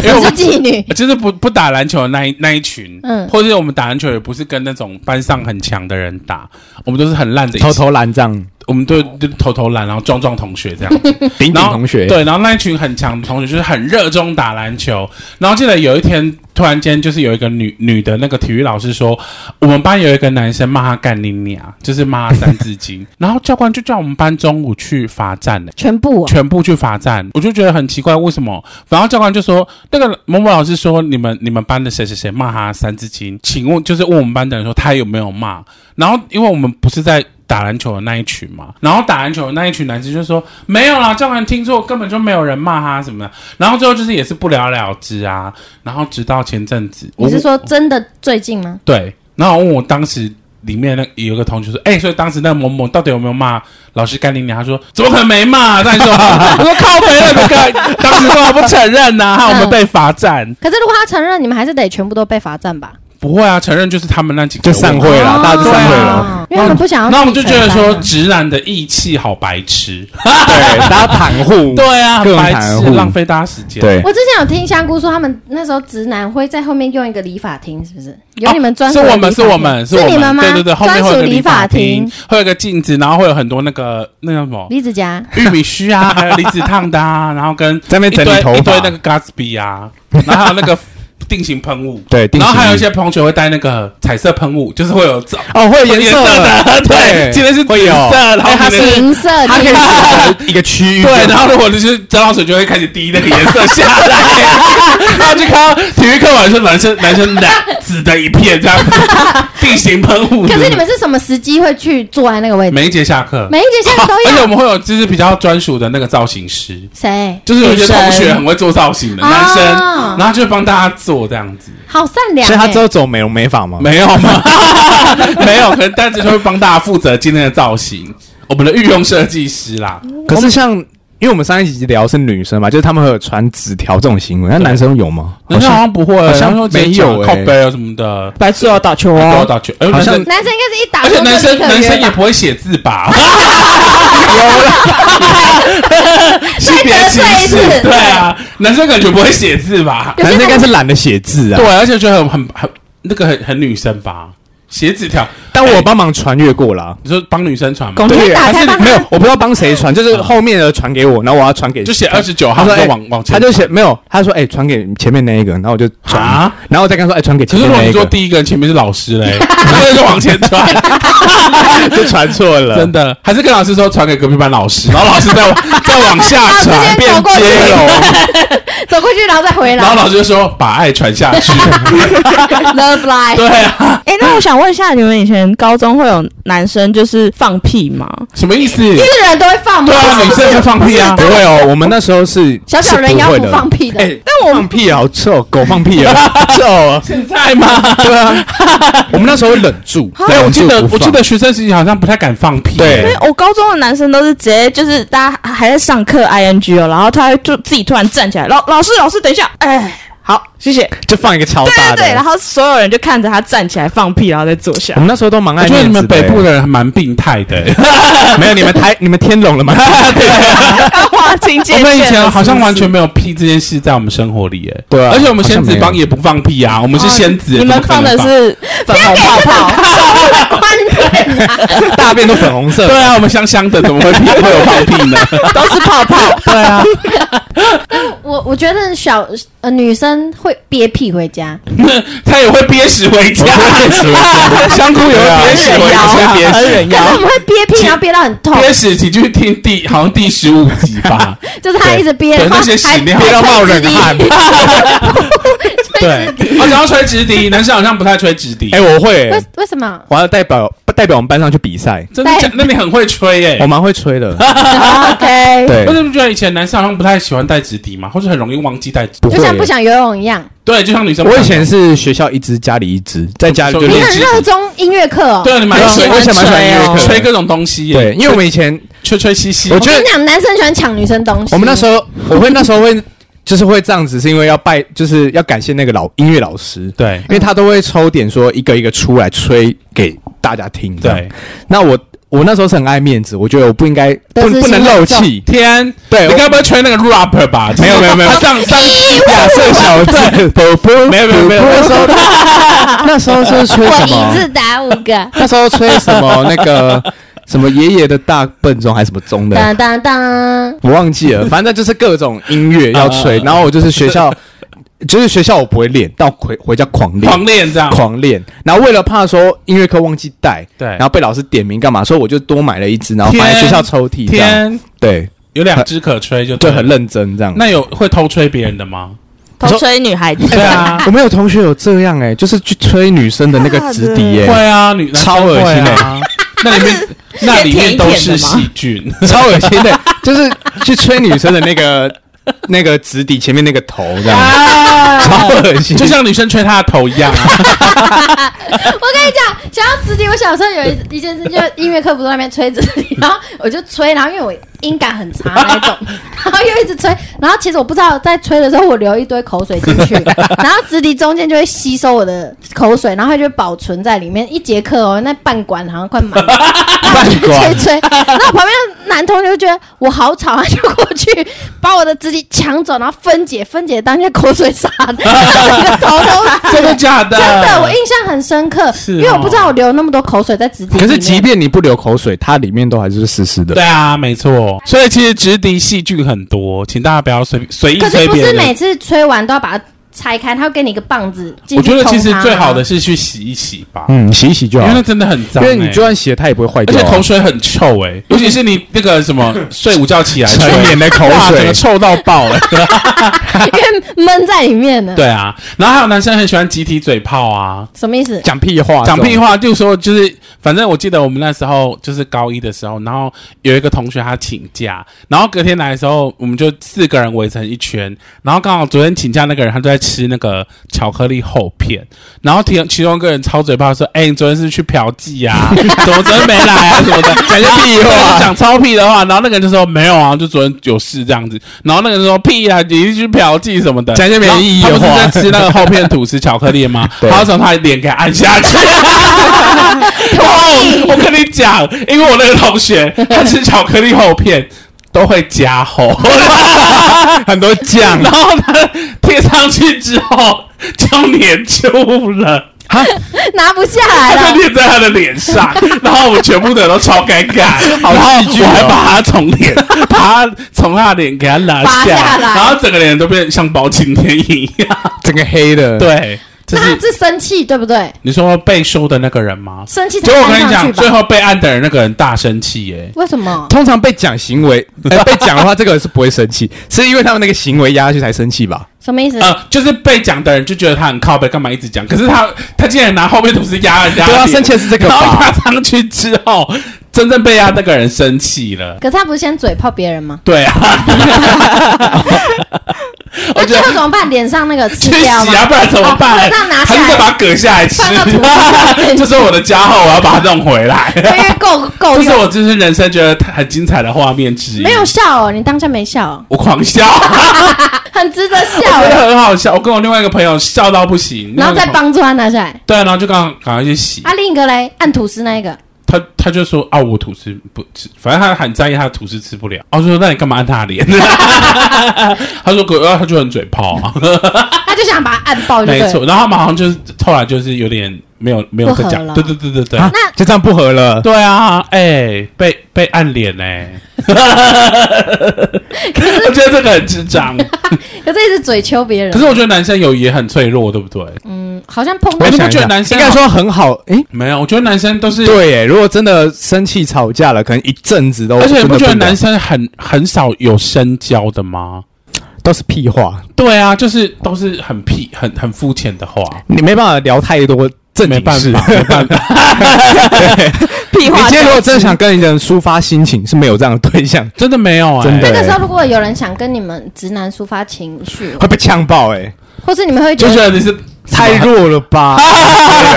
B: 因为我
C: 我是
B: 们
C: 妓女，
B: 啊就是不不打篮球的那一那一群，嗯
C: 嗯，
B: 或者是我们打篮球也不是跟那种班上很强的人打，我们都是很烂的一起，
A: 偷偷拦这
C: 嗯
A: 样，
B: 我们都就偷偷懒，然后撞撞同 学这样子。
A: 顶顶
B: 然后
A: 同学，
B: 对，然后那一群很强的同学就是很热衷打篮球，然后记得有一天突然间就是有一个女女的那个体育老师说，我们班有一个男生骂他干你娘，就是骂他三字经， 然后教官就叫我们班中午去罚站了。
C: 全部哦
B: 全部去罚站，我就觉得很奇怪，为什么？然后教官就说，那个某某老师说，你们你们班的谁谁谁骂他三字经，请问就是问我们班的人说他有没有骂？然后因为我们不是在打篮球的那一群嘛，然后打篮球的那一群男生就说没有啦，教官听错，根本就没有人骂他什么的。然后最后就是也是不了了之啊。然后直到前阵子，我
C: 你是说真的最近吗？
B: 对，然后我问我当时里面那有一个同学说，哎、所以当时那个某某到底有没有骂老师干你娘？他说怎么可能没骂？但 是说我说靠北了，那个当时说我不承认呐、害我们被罚站。
C: 可是如果他承认，你们还是得全部都被罚站吧？
B: 不会啊，承认就是他们那几个
A: 就
B: 人
A: 散会了，
C: 哦
A: 大家就散会了，
C: 啊因为他们不想要。
B: 那我们就觉得
C: 哦
B: 说，，
C: 啊
B: 直男的义气好白痴。
A: 对，大家袒护，
B: 对啊，
A: 各
B: 很
A: 种
B: 白
A: 袒
B: 痴，
A: 护，
B: 浪费大家时间。
A: 对
C: 我之前有听香菇说，他们那时候直男会在后面用一个理发厅，是不是？有
B: 哦
C: 你们专
B: 是
C: 属的
B: 我
C: 理发
B: 们
C: 厅
B: 是我们
C: 是
B: 我
C: 你们吗？
B: 对对对，后面
C: 专
B: 会有
C: 属
B: 个理
C: 理
B: 发
C: 厅，，
B: 会有一个镜子，然后会有很多那个那个什么
C: 李子佳，
B: 玉米须啊， 还有离子烫的啊，然后跟
A: 在那边
B: 一堆
A: 整理头
B: 一堆
A: 发，
B: 那个 Gatsby 啊，然后还有那个定型喷雾，
A: 对，定
B: 然后
A: 型
B: 还有一些同学会带那个彩色喷雾，就是会有紫
A: 哦，会有颜色
B: 的，对，今天是紫
A: 会有
B: 色，然后
A: 它
B: 明天
A: 是
C: 银哎色，
A: 它可以
C: 银色
A: 指着一个区域，
B: 对，然后如果就是沾到水就会开始滴那个颜色下来，然后就看到体育课晚上男生男生蓝紫的一片这样子，定型喷雾。
C: 可是你们是什么时机会去坐在那个位置？
B: 每一节下课，
C: 每一节下课都
B: 而且我
C: 有
B: 们会有就是比较专属的那个造型师，
C: 谁？
B: 就是有一些同学很会做造型的
C: 女生
B: 男生
C: 哦，
B: 然后就帮大家做这样子，
C: 好善良
A: 所
C: 欸。
A: 以他之后走美容美发吗？
B: 没有吗？啊 没有，可能但是就会帮大家负责今天的造型，我们的御用设计师啦，
A: 可是像，因为我们上一集聊是女生嘛，就是他们会有传纸条这种行为，那男生有吗？
B: 男生好像不会，
A: 好像
B: 男生直接
A: 没有
B: 讲
A: 欸
B: 靠背啊什么的，
D: 白痴哦，打球
B: 都要
D: 哦，
B: 打球，哎，
A: 好像
B: 男生
C: 男生应该是一打
B: 而
C: 过
B: 且
C: 就
B: 男
C: 立刻约吧，
B: 生男生也不会写字 吧？
C: 性
B: 性别歧
C: 一
B: 视
C: 次，，
B: 对啊，男生感觉不会写字吧？
C: 有
A: 男
C: 些
A: 生应该
C: 同
A: 是懒得写字啊
B: 对，。而且觉得很很很那个很很女生吧？写纸条，
A: 但我有帮忙传阅过啦。
B: 你说帮女生传吗？
D: 公
A: 对，
D: 天打
A: 还
D: 开
A: 是
D: 吧，
A: 没有，我不知道帮谁传，就是后面的传给我，然后我要传给，
B: 就写二十九
A: 他
B: 号，
A: 说
B: 就
A: 哎
B: 往往前
A: 他就写没有，他说哎传给前面那一个，然后我就传
B: 啊，
A: 然后我再跟他说哎传给
B: 可
A: 前
B: 是
A: 面
B: 如果
A: 那
B: 你
A: 一
B: 做
A: 个，
B: 第一个，前面是老师 嘞，那就往前传，
A: 就传错了，
B: 真的，还是跟老师说传给隔壁班老师，然后 老师再往再往下
C: 老
B: 传
C: 师，
B: 变
C: 先走过去
B: 接 龙，
C: 走过去然后再回来
B: 然后老师就说把爱传下 去，
C: ，Love Life。
B: 对啊，
D: 哎、那我想问一下，你们以前高中会有男生就是放屁吗？
B: 什么意思？
C: 是人都会放吗
B: 对？啊，女生就放屁啊
A: 不，会哦，我们那时候是
C: 小小人妖不放屁的，啊
A: 哎，但我放屁好臭，狗放屁啊，臭啊，
B: 现在吗？
A: 对啊，我们那时候会忍住，
B: 对，我记得
A: 忍住不
B: 我
A: 放
B: 记得学生时期好像不太敢放屁，
A: 对
D: 因为哎我高中的男生都是直接就是大家还在上课 ing 哦，然后他就自己突然站起来，老老师老师等一下，哎，好谢谢，
A: 就放一个超
D: 对
A: 大
D: 对
A: 的，
D: 对，然后所有人就看着他站起来放屁，然后再坐 下
A: 我。们那时候都蛮
B: 我
A: 爱
B: 觉得
A: 面
B: 你们
A: 子的
B: 北部
A: 欸
B: 的人还蛮病态的、
A: 没有你们台你们天龙了 吗？
D: 划清界
B: 我
D: 限了
B: 们以
D: 是不
B: 前
D: 是
B: 好像完全没有屁这件事在我们生活里、哎，
A: 对啊
B: 而且我们仙子
A: 好像
B: 帮
A: 没有
B: 也不放屁啊，我们
C: 哦
B: 是仙子、
D: 你
B: 怎
D: 们
B: 么可
D: 放
B: 能
D: 的是粉红泡 泡，
C: 啊
A: 大便都粉红色，
B: 对啊，我们香香的，怎么会屁会有放屁呢？
D: 都是泡泡。
B: 对啊，
C: 我我觉得小呃女生会憋屁回家，
B: 他也会憋屎 回家，香菇也会憋屎回
D: 对
B: 家，
D: 啊
B: 憋
D: 很
B: 屎
D: 忍
B: 回家。
D: 妖
C: 但是我们会憋屁，然后憋到很痛，
B: 憋屎，请去听第好像第十五集 吧。
C: 就是她一直憋，
B: 对
C: 然后
B: 那些屎
C: 还
B: 尿
A: 憋到冒冷汗。
B: 对，我想要吹直笛，男生好像不太吹直笛。
A: 哎，我会
C: 为
A: 欸，
C: 为什么？
A: 我要代表代表我们班上去比赛，
B: 真的假？那你很会吹耶、
A: 我蛮会吹 的，
C: 哦 OK，
A: 对
B: 我，怎么觉得以前男生好像不太喜欢带直笛
A: 哎
B: 嘛，或者很容易忘记带直笛？
A: 不
C: 就像不
A: 会。
C: 想游泳一样。
B: 对，就像女生不
A: 我
B: 想。
A: 以前是学校一支，家里一支，在家里就
B: 对
C: 你
A: 练
B: 我。
C: 很热衷音乐课哦。
B: 对啊，你蛮
A: 我
B: 喜
A: 喜
B: 欢
A: 欢吹哦
B: 吹各种东西耶，
A: 对，因为我们以前，
B: 吹吹嘻嘻
A: 我。
C: 我
A: 觉
C: 跟
A: 得
C: 你讲，男生喜欢抢女生东西。
A: 我们那时候，我会那时候会就是会这样子，是因为要拜，就是要感谢那个老音乐老师，
B: 对
A: 因为他都会抽点说一个一个出来吹给大家听。这样
B: 对，，
A: 那我我那时候是很爱面子，我觉得我不应该不
C: 得失
A: 不
C: 心
A: 能
C: 很
A: 漏
C: 重
A: 气。
B: 天，
A: 对
B: 你
A: 我
B: 该不会吹那个 rapper 吧？
A: 没有没有没有
B: 他 上上
A: 亚瑟小 镇，不不，
B: 没有没有没有
A: 那时候那时候是吹
C: 我
A: 什
C: 一
A: 么。
C: 次？打五个
A: 那时候吹什 么？那个什么爷爷的大笨钟还是什么钟的？
C: 当当当！
A: 我忘记了，反正就是各种音乐要吹，
B: 嗯嗯嗯
A: 然后我就是学校，就是学校我不会练，到回回家狂练。
B: 狂练这样，
A: 狂练，然后为了怕说音乐课忘记带，
B: 啊对
A: 然后被老师点名干嘛，所以我就多买了一支，然后放在
B: 天
A: 学校抽屉，这样，
B: 天
A: 对，
B: 有两只可吹就
A: 就
B: 了
A: 很。认真这样。
B: 那有会偷吹别人的吗？
D: 偷吹女孩子，
B: 对啊，
A: 哎我们有同学有这样哎，就是去吹女生的那个直笛哎耶，
B: 会啊，女
A: 超恶心
B: 的
A: 欸。
B: 那里 面那里面都是细菌，
A: 超恶心的， 就是去吹女生的那个 那个直底前面那个头这样，
C: 啊
A: 超恶心。
B: 啊就像女生吹她的头一样啊。
C: 我跟你讲，想要直笛，我小时候有一一件事，就是音乐课不是在那边吹直笛，然后我就吹，然后因为我音感很差那 一种，然后又一直吹，然后其实我不知道在吹的时候我流一堆口水进 去，然后直笛中间就会吸收我的口水，然后它就保存在里面一节课哦，那 半管好像快满了，
A: 半管
C: 吹吹，那我旁边的男同学就觉得我好吵，他就过去 把我的直笛抢走，然后分解分解，当天口水洒 的，整个头都是
B: 真的假的？
C: 真 的，我印象很深刻，
B: 是哦
C: 因为我不知道我流那么多口水在纸巾里
A: 可
C: 面。
A: 是即便你不流口水，它里面都还是湿湿的
B: 对。啊，没错。所以其实直笛细菌很多，请大家不要随随意
C: 可是
B: 吹
C: 不
B: 别
C: 是
B: 人的。
C: 每次吹完都要把它拆开，他会给你一啊个棒子进
B: 我
C: 去
B: 觉得其
C: 冲
B: 实
C: 它
B: 最好
C: 吗
B: 的是去洗一洗吧，
A: 嗯，洗一洗就
B: 因
A: 好
B: 为，那真的很
A: 因
B: 脏欸。
A: 为你就算洗了它也不会坏
B: 而
A: 掉
B: 且
A: 啊。
B: 口水很 臭哎，尤其是你那个什么睡午觉起来吹
A: 成年的口
B: 哇整
A: 水
B: 个臭到爆了。
C: 因为闷在里面呢。
B: 对啊，然后还有男生很喜欢集体嘴炮啊，
C: 什么意思？
A: 讲屁话，
B: 讲屁
A: 话，
B: 话，就说就是，反正我记得我们那时候就是高一的时候，然后有一个同学他请假，然后隔天来的时候，我们就四个人围成一圈，然后刚好昨天请假那个人他就在吃那个巧克力厚片，然后其其中一个人超嘴巴说：“哎、你昨天是不是去嫖妓 啊？怎么昨天没来啊？什么的，
A: 讲些屁
B: 对
A: 话，
B: 讲超屁的话，然后那个人就说没有啊，就昨天有事这样子。然后那个人说屁啊，你是去嫖妓什么的，
A: 讲一些没意义的话
B: 然后他们不是在 吃那个厚片吐司巧克力吗？
A: 对
B: 他要从他的脸给按下 去。
C: 同
B: 我跟你讲，因为我那个 同学他吃巧克力厚片都会加厚，
A: 很 多酱
B: 然后他贴上去之后就粘住了。
C: 拿不下
B: 他
A: 哎
C: 来
B: 就
C: 了。
B: 贴在他的 脸上，然后我们全部的人都超尴尬，
A: 好
B: 然后
A: 戏剧
B: 我
A: 哦
B: 还把他从 脸，把他从他的脸给他拿
C: 拔
B: 下，
C: 下来
B: 然后整个脸都变得像包青天一样。
A: 整个黑的，，
B: 对，就
C: 那他
B: 是
C: 是生气对不对？
B: 你说被收的那个人吗？
C: 生气才
B: 结果我跟
C: 按
B: 你
C: 上
B: 讲，
C: 去
B: 最
C: 吧？
B: 后被按的人那个人大生气耶、
C: 为什么？
A: 通常被讲行 为，呃、被讲的话，这个人是不会生气，是因为他们那个行为压下去才生气吧？
C: 什么意思？
B: 呃，就是被讲的人就觉得他很靠背，干嘛一直讲？可是他他竟然拿后面同事压人家，
A: 对啊，生气，的是这个
B: 然后压
A: 吧？
B: 上去之后，真正被压那个人生气了。
C: 可是他不是先嘴炮别人吗？
B: 对 啊，
C: 那
B: 我觉
C: 最
B: 得
C: 后怎么办？脸上 那个吃
B: 去洗
C: 掉吗
B: 啊，？不然怎么办？
C: 哦那拿下
B: 还
C: 来
B: 是再把它割下来吃
C: 放到土 里？
B: 这是我的家伙，我要把它弄回来。
C: 因为够够
B: 这是
C: 用，
B: 我就是人生觉得很精彩的画面之一。
C: 没有，笑哦，你当下没笑哦，
B: 我狂笑，
C: 很值得 笑
B: 真的
C: 哦。
B: 很好笑。我跟我另外一个朋友笑到不行，
C: 然后再
B: 那个朋友
C: 帮助他拿下来。
B: 对，啊然后就刚赶快去洗。
C: 啊，另一个嘞，按吐司那一个，
B: 他他就说啊，我吐司不吃，反正他很在意他的吐司吃不了。我、就说那你干嘛按他的脸？ 他说可，啊他就很嘴炮啊，
C: 他就想把他按爆就
B: 没
C: 对了。
B: 错。然后他马上就是后来就是有点没有没有再
C: 不合
B: 讲，
C: 了
B: 对对对对对。
A: 啊
C: 那，
A: 就这样不合了。
B: 对啊，哎、被被按脸呢、 我觉得这个很智 障。
C: 可是也是嘴求别人
B: 可。是我觉得男生友谊也很脆弱，对不对？
C: 嗯，好像碰到
A: 我
B: 你不
A: 想一
B: 觉得
A: 下
B: 男生
A: 应该说很好？诶、
B: 没有，我觉得男生都是，
A: 对耶，如果真的生气吵架了，可能一阵子都
B: 而且
A: 哦
B: 你
A: 真
B: 不
A: 的
B: 觉得男
A: 聊
B: 生很很少有深交的吗？
A: 都是屁话，
B: 对啊，就是都是很屁、很很肤浅的话，
A: 你没办法聊太多正
B: 没
A: 经
B: 办
A: 事。
B: 法，没办法。
D: 屁
A: 你
D: 话
A: 今天如果
D: 就
A: 真的想跟一个人抒发心情，是没有这样的对象，
B: 真的没有哎、
A: 真的
C: 那个时候，如果有人想跟你们直男抒发 情绪，
A: 会被呛爆哎、
C: 或是你们会觉
B: 就觉
C: 得
B: 得你是
A: 太弱了吧？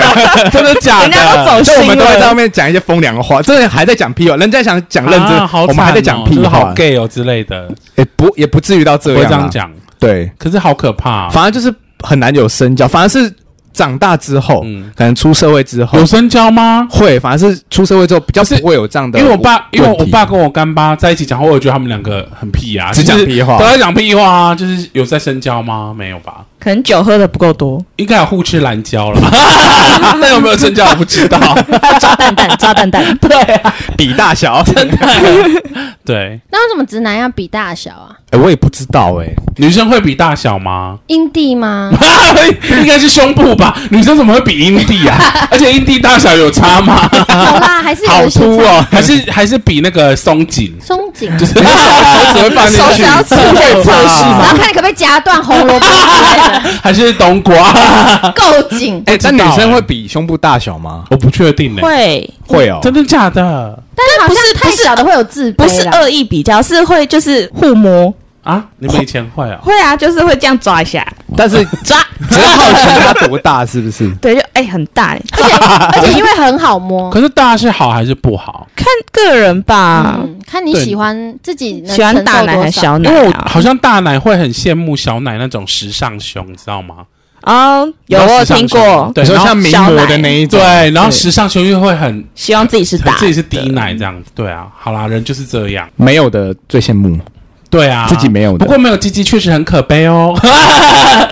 B: 真的假
D: 人家都
B: 的？
D: 走
A: 就我
D: 心
A: 们都会在
D: 了
A: 上，面讲一些风凉话，真的还在讲屁话，人家想讲认真，
B: 啊好
A: 我们还在
B: 惨
A: 讲
B: 哦
A: 屁
B: 就是
A: 话
B: 好，gay 哦之类的，
A: 也不也不至于到
B: 不
A: 这
B: 会
A: 样
B: 这
A: 啊
B: 样。讲。
A: 对，
B: 可是好可怕、啊
A: 反而就是很难有深交，反而是长大之后，
B: 嗯
A: 可能出社会之后
B: 有深交吗？
A: 会，反而是出社会之后比较
B: 是
A: 不会有这样的
B: 因
A: 问
B: 为
A: 题。
B: 我爸，因为我 爸跟我干爸在一起讲话，我也觉得他们两个很屁啊，
A: 只讲
B: 就是
A: 屁话
B: 都在讲屁话啊，就是有在深交吗？没有吧，
D: 可能酒喝的不够多，
B: 应该有互吃蓝胶了， 但有没有深交我不知道。
D: 抓蛋 蛋，抓蛋蛋。
B: 对啊，
A: 比大 小，真的，
B: 对，
C: 那为什么直男要比大小啊？
A: 我也不知道哎、
B: 女生会比大小吗？
C: 阴蒂 吗？
B: 应该是胸部吧，女生怎么会比阴蒂 啊？而且阴蒂大小有差吗？
C: 好啦，还是有
B: 好
C: 一些
B: 凸
C: 差
B: 哦，还是还是比那个松紧，
C: 松紧，
B: 就是啊
A: 手指会放进去
D: 手指要测可以测试
C: 然
D: 吗？
C: 后看你可不可以夹断红萝卜之类的，
B: 还是冬瓜？
C: 够 紧。
A: 哎、
B: 不知道
A: 但女生
B: 欸
A: 会比胸部大小吗？
B: 我不确定呢，
D: 会，啊
A: 会哦，
B: 真的假的
C: 但是好
D: 不
C: 像
D: 是
C: 太
D: 不是
C: 小的会有自卑
D: 不是
C: 啦
D: 恶意比较，是会就是互摸，
B: 啊？你们以前会啊？
D: 会啊，就是会这样抓一下，
A: 但是
D: 抓，
A: 只是好奇它多大，是不 是？
D: 对，就哎、很大、欸，
C: 而且而且因为很好摸，
B: 呃
D: 啊
B: 可是啊大是好还是不好？
D: 看个人吧，
C: 嗯，看你
B: 对
C: 喜欢自己能
D: 喜欢大奶还是
C: 承受多少
D: 小奶
B: 因为我
D: 啊？
B: 好像大奶会很羡慕小奶那种时尚胸，你知道吗？
D: 哦，有我有听过，
B: 对
A: 你说
B: 然后
A: 像名模的那一种，
B: 对，然后时尚胸又会很
D: 希望自己是
B: 很
D: 大，
B: 自己是低奶这样，对啊，好啦，人就是这样，
A: 没有的最羡 慕，
B: 对啊，
A: 自己没有的
B: 不过没有鸡鸡确实很可悲哦，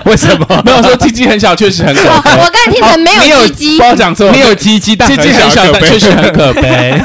A: 为什 么？
B: 没有 说鸡鸡很小确实很可 悲，
C: 哦我刚才听 成没有鸡鸡
B: 不，要讲错，
A: 你有鸡鸡，但
B: 鸡鸡很
A: 很
B: 小，
A: 可
B: 但
A: 悲
B: 确实很可悲，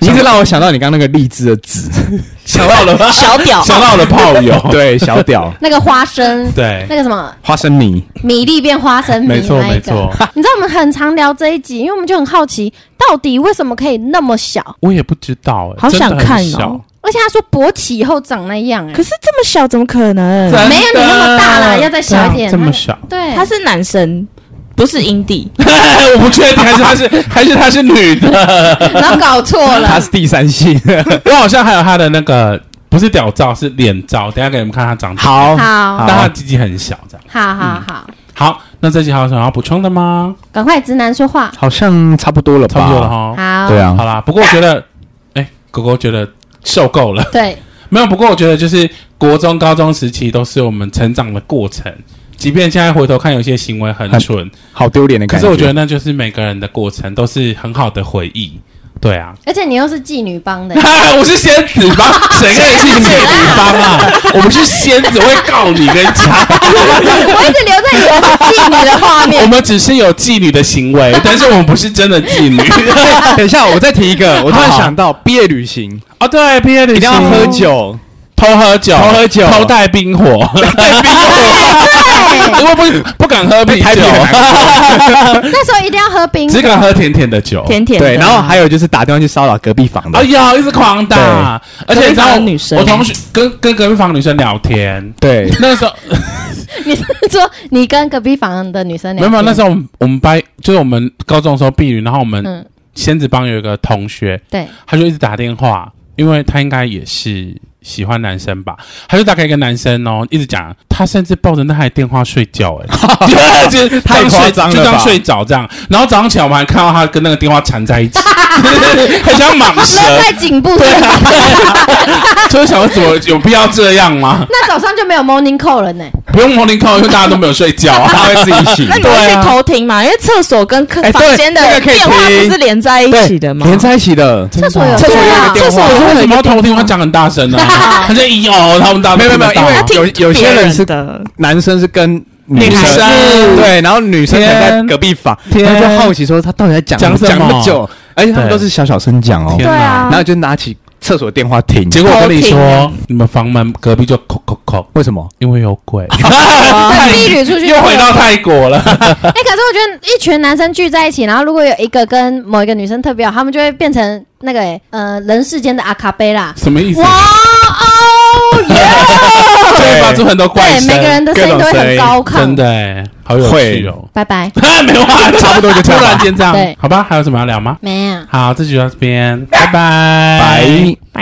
A: 你一直让我想到你刚刚那个荔枝的籽，
B: 想 到了
D: 小屌，
B: 想到了炮友，
A: 对，小屌
C: 那个花生，
B: 对
C: 那个什么
A: 花生米，
C: 米粒变花生米，
B: 没错
C: 那一个
B: 没错。
C: 你知道我们很常聊这一集，因为我们就很好奇，到底为什么可以那么小？
B: 我也不知道，哎
D: 好想看哦，
B: 真的很小
C: 而且他说勃起以后长那样、
D: 可
C: 哎，
D: 是这么小怎么可能？
B: 真的啊
C: 没有你那么大啦要再小一
B: 对
C: 点
B: 啊这么小，
C: 对，
D: 他是男生，不是阴蒂，
B: 呃我不确定，还是她是 还是她是女的，
C: 然后搞错
A: 它
C: 了，
A: 是第三 性。
B: 我好像还有她的那个不是屌照是脸照，等一下给你们看她长得，
A: 好，
C: 好
B: 但她鸡鸡很小这样。
C: 好
B: 嗯
C: 好好，
B: 好，那这集还有什么要补充的吗？
C: 赶快直男说话，
A: 好像差不多了吧？
B: 差不多了哈。
C: 好，
A: 对，啊
B: 好，啦，不过我觉得，哎，狗狗觉得受够了。
C: 对，
B: 没有，不过我觉得就是国中、高中时期都是我们成长的过程，即便现在回头看，有些行为很蠢，
A: 好丢脸的
B: 可
A: 感
B: 是
A: 觉。
B: 我觉得那就是每个人的过程，都是很好的回忆。对 啊，
C: 而且你又是妓 女帮的，
B: 我是仙子 吧？谁跟你去你的地方啊？ 我们是仙子，我会告你跟你讲。
C: 我一直留在你的妓女的 画
B: 我
C: 面。
B: 们只是有妓女的行为， 但是我们不是真的妓女。
A: 等一下，我再提一个，我突然
B: 好
A: 想到毕业旅行
B: 哦，对，毕业旅
A: 一
B: 行
A: 定要喝酒，
B: 偷喝酒，
A: 偷喝酒
B: 偷带冰 火，带冰火，因为不不敢喝 啤
A: 台
B: 酒
A: 啤，很
C: 那时候一定要喝冰
B: 只敢喝甜甜的酒。
D: 甜甜 的。
A: 对，然后还有就是打电话去骚扰隔壁房的
B: 哎，呀，一直狂打，而且你知
D: 隔壁
B: 道
D: 房的女生
B: 我同学跟跟隔壁房女生聊天，
A: 对，
B: 那个时候
C: 你是说你跟隔壁房的女生
B: 没
C: 聊
B: 有
C: 天？
B: 没有，那时候我们我们班就是我们高中的时候避雨，然后我们
C: 嗯，
B: 仙子帮有一个同学，
C: 对，
B: 他就一直打电话，因为他应该也是喜欢男生吧，他就打给一个男生哦，一直讲，他甚至抱着那台电话睡觉、 哎，就是
A: 太夸张了吧
B: 就这样睡着这样，然后早上起来我们还看到他跟那个电话缠在 一起，很像蟒蛇，
C: 勒在颈部是
B: 啊
C: 吧
B: 就是想说怎么有必要这样吗？
C: 那早上就没有 morning call 了呢。
B: 不用 morning call，因为大家都没有睡觉
A: 他
B: 啊。
A: 会自己醒
D: 那。你们去偷听嘛？因为厕所跟客
A: 嗯啊哎对
D: 房间的
A: 那个可以
D: 电话
A: 听
D: 不是连在一起的吗？
A: 连在一起的，
C: 厕所有
A: 厕所有
C: 对啊
A: 一个电
D: 厕所
A: 话
D: 有
B: 为什么要偷听？他讲很大声呢、啊，他在一哦，他们大家都
A: 没有没有
B: 听得到
A: 因为
D: 要听
A: 有有些
D: 别
A: 人
D: 人
A: 是
D: 的，
A: 男生是跟女
B: 女
A: 生
B: 生
A: 对，然后女生可能在
B: 天
A: 隔壁房，
B: 天
A: 然后就好奇说他到底在讲
B: 讲什么
A: 讲那么久，而且他们
B: 对
A: 都是小小声讲哦，
B: 天
D: 对啊
A: 然后就拿起厕所电话听，
B: 结果我跟你
D: 偷
B: 说
D: 听，
B: 你们房门隔壁就扣扣扣，
A: 为什么？
B: 因为有鬼，
C: 啊
A: 啊
C: 对哦避旅出去
B: 又回到泰国了。
C: 哎、可是我觉得一群男生聚在一起，然后如果有一个跟某一个女生特别好，他们就会变成那个、欸、呃人世间的阿卡贝拉。
B: 什么意思
C: 哇？哦耶！
B: 就会发出很多怪
C: 对，
B: 声，
C: 每个人的声音都会很高亢。
B: 真的欸，好有趣哦。
C: 拜拜。
B: 没话，差不多就突然间这样
C: 对，
B: 好吧？还有什么要聊吗？
C: 没有。啊
B: 好，这集就到这边，拜拜，
A: 白。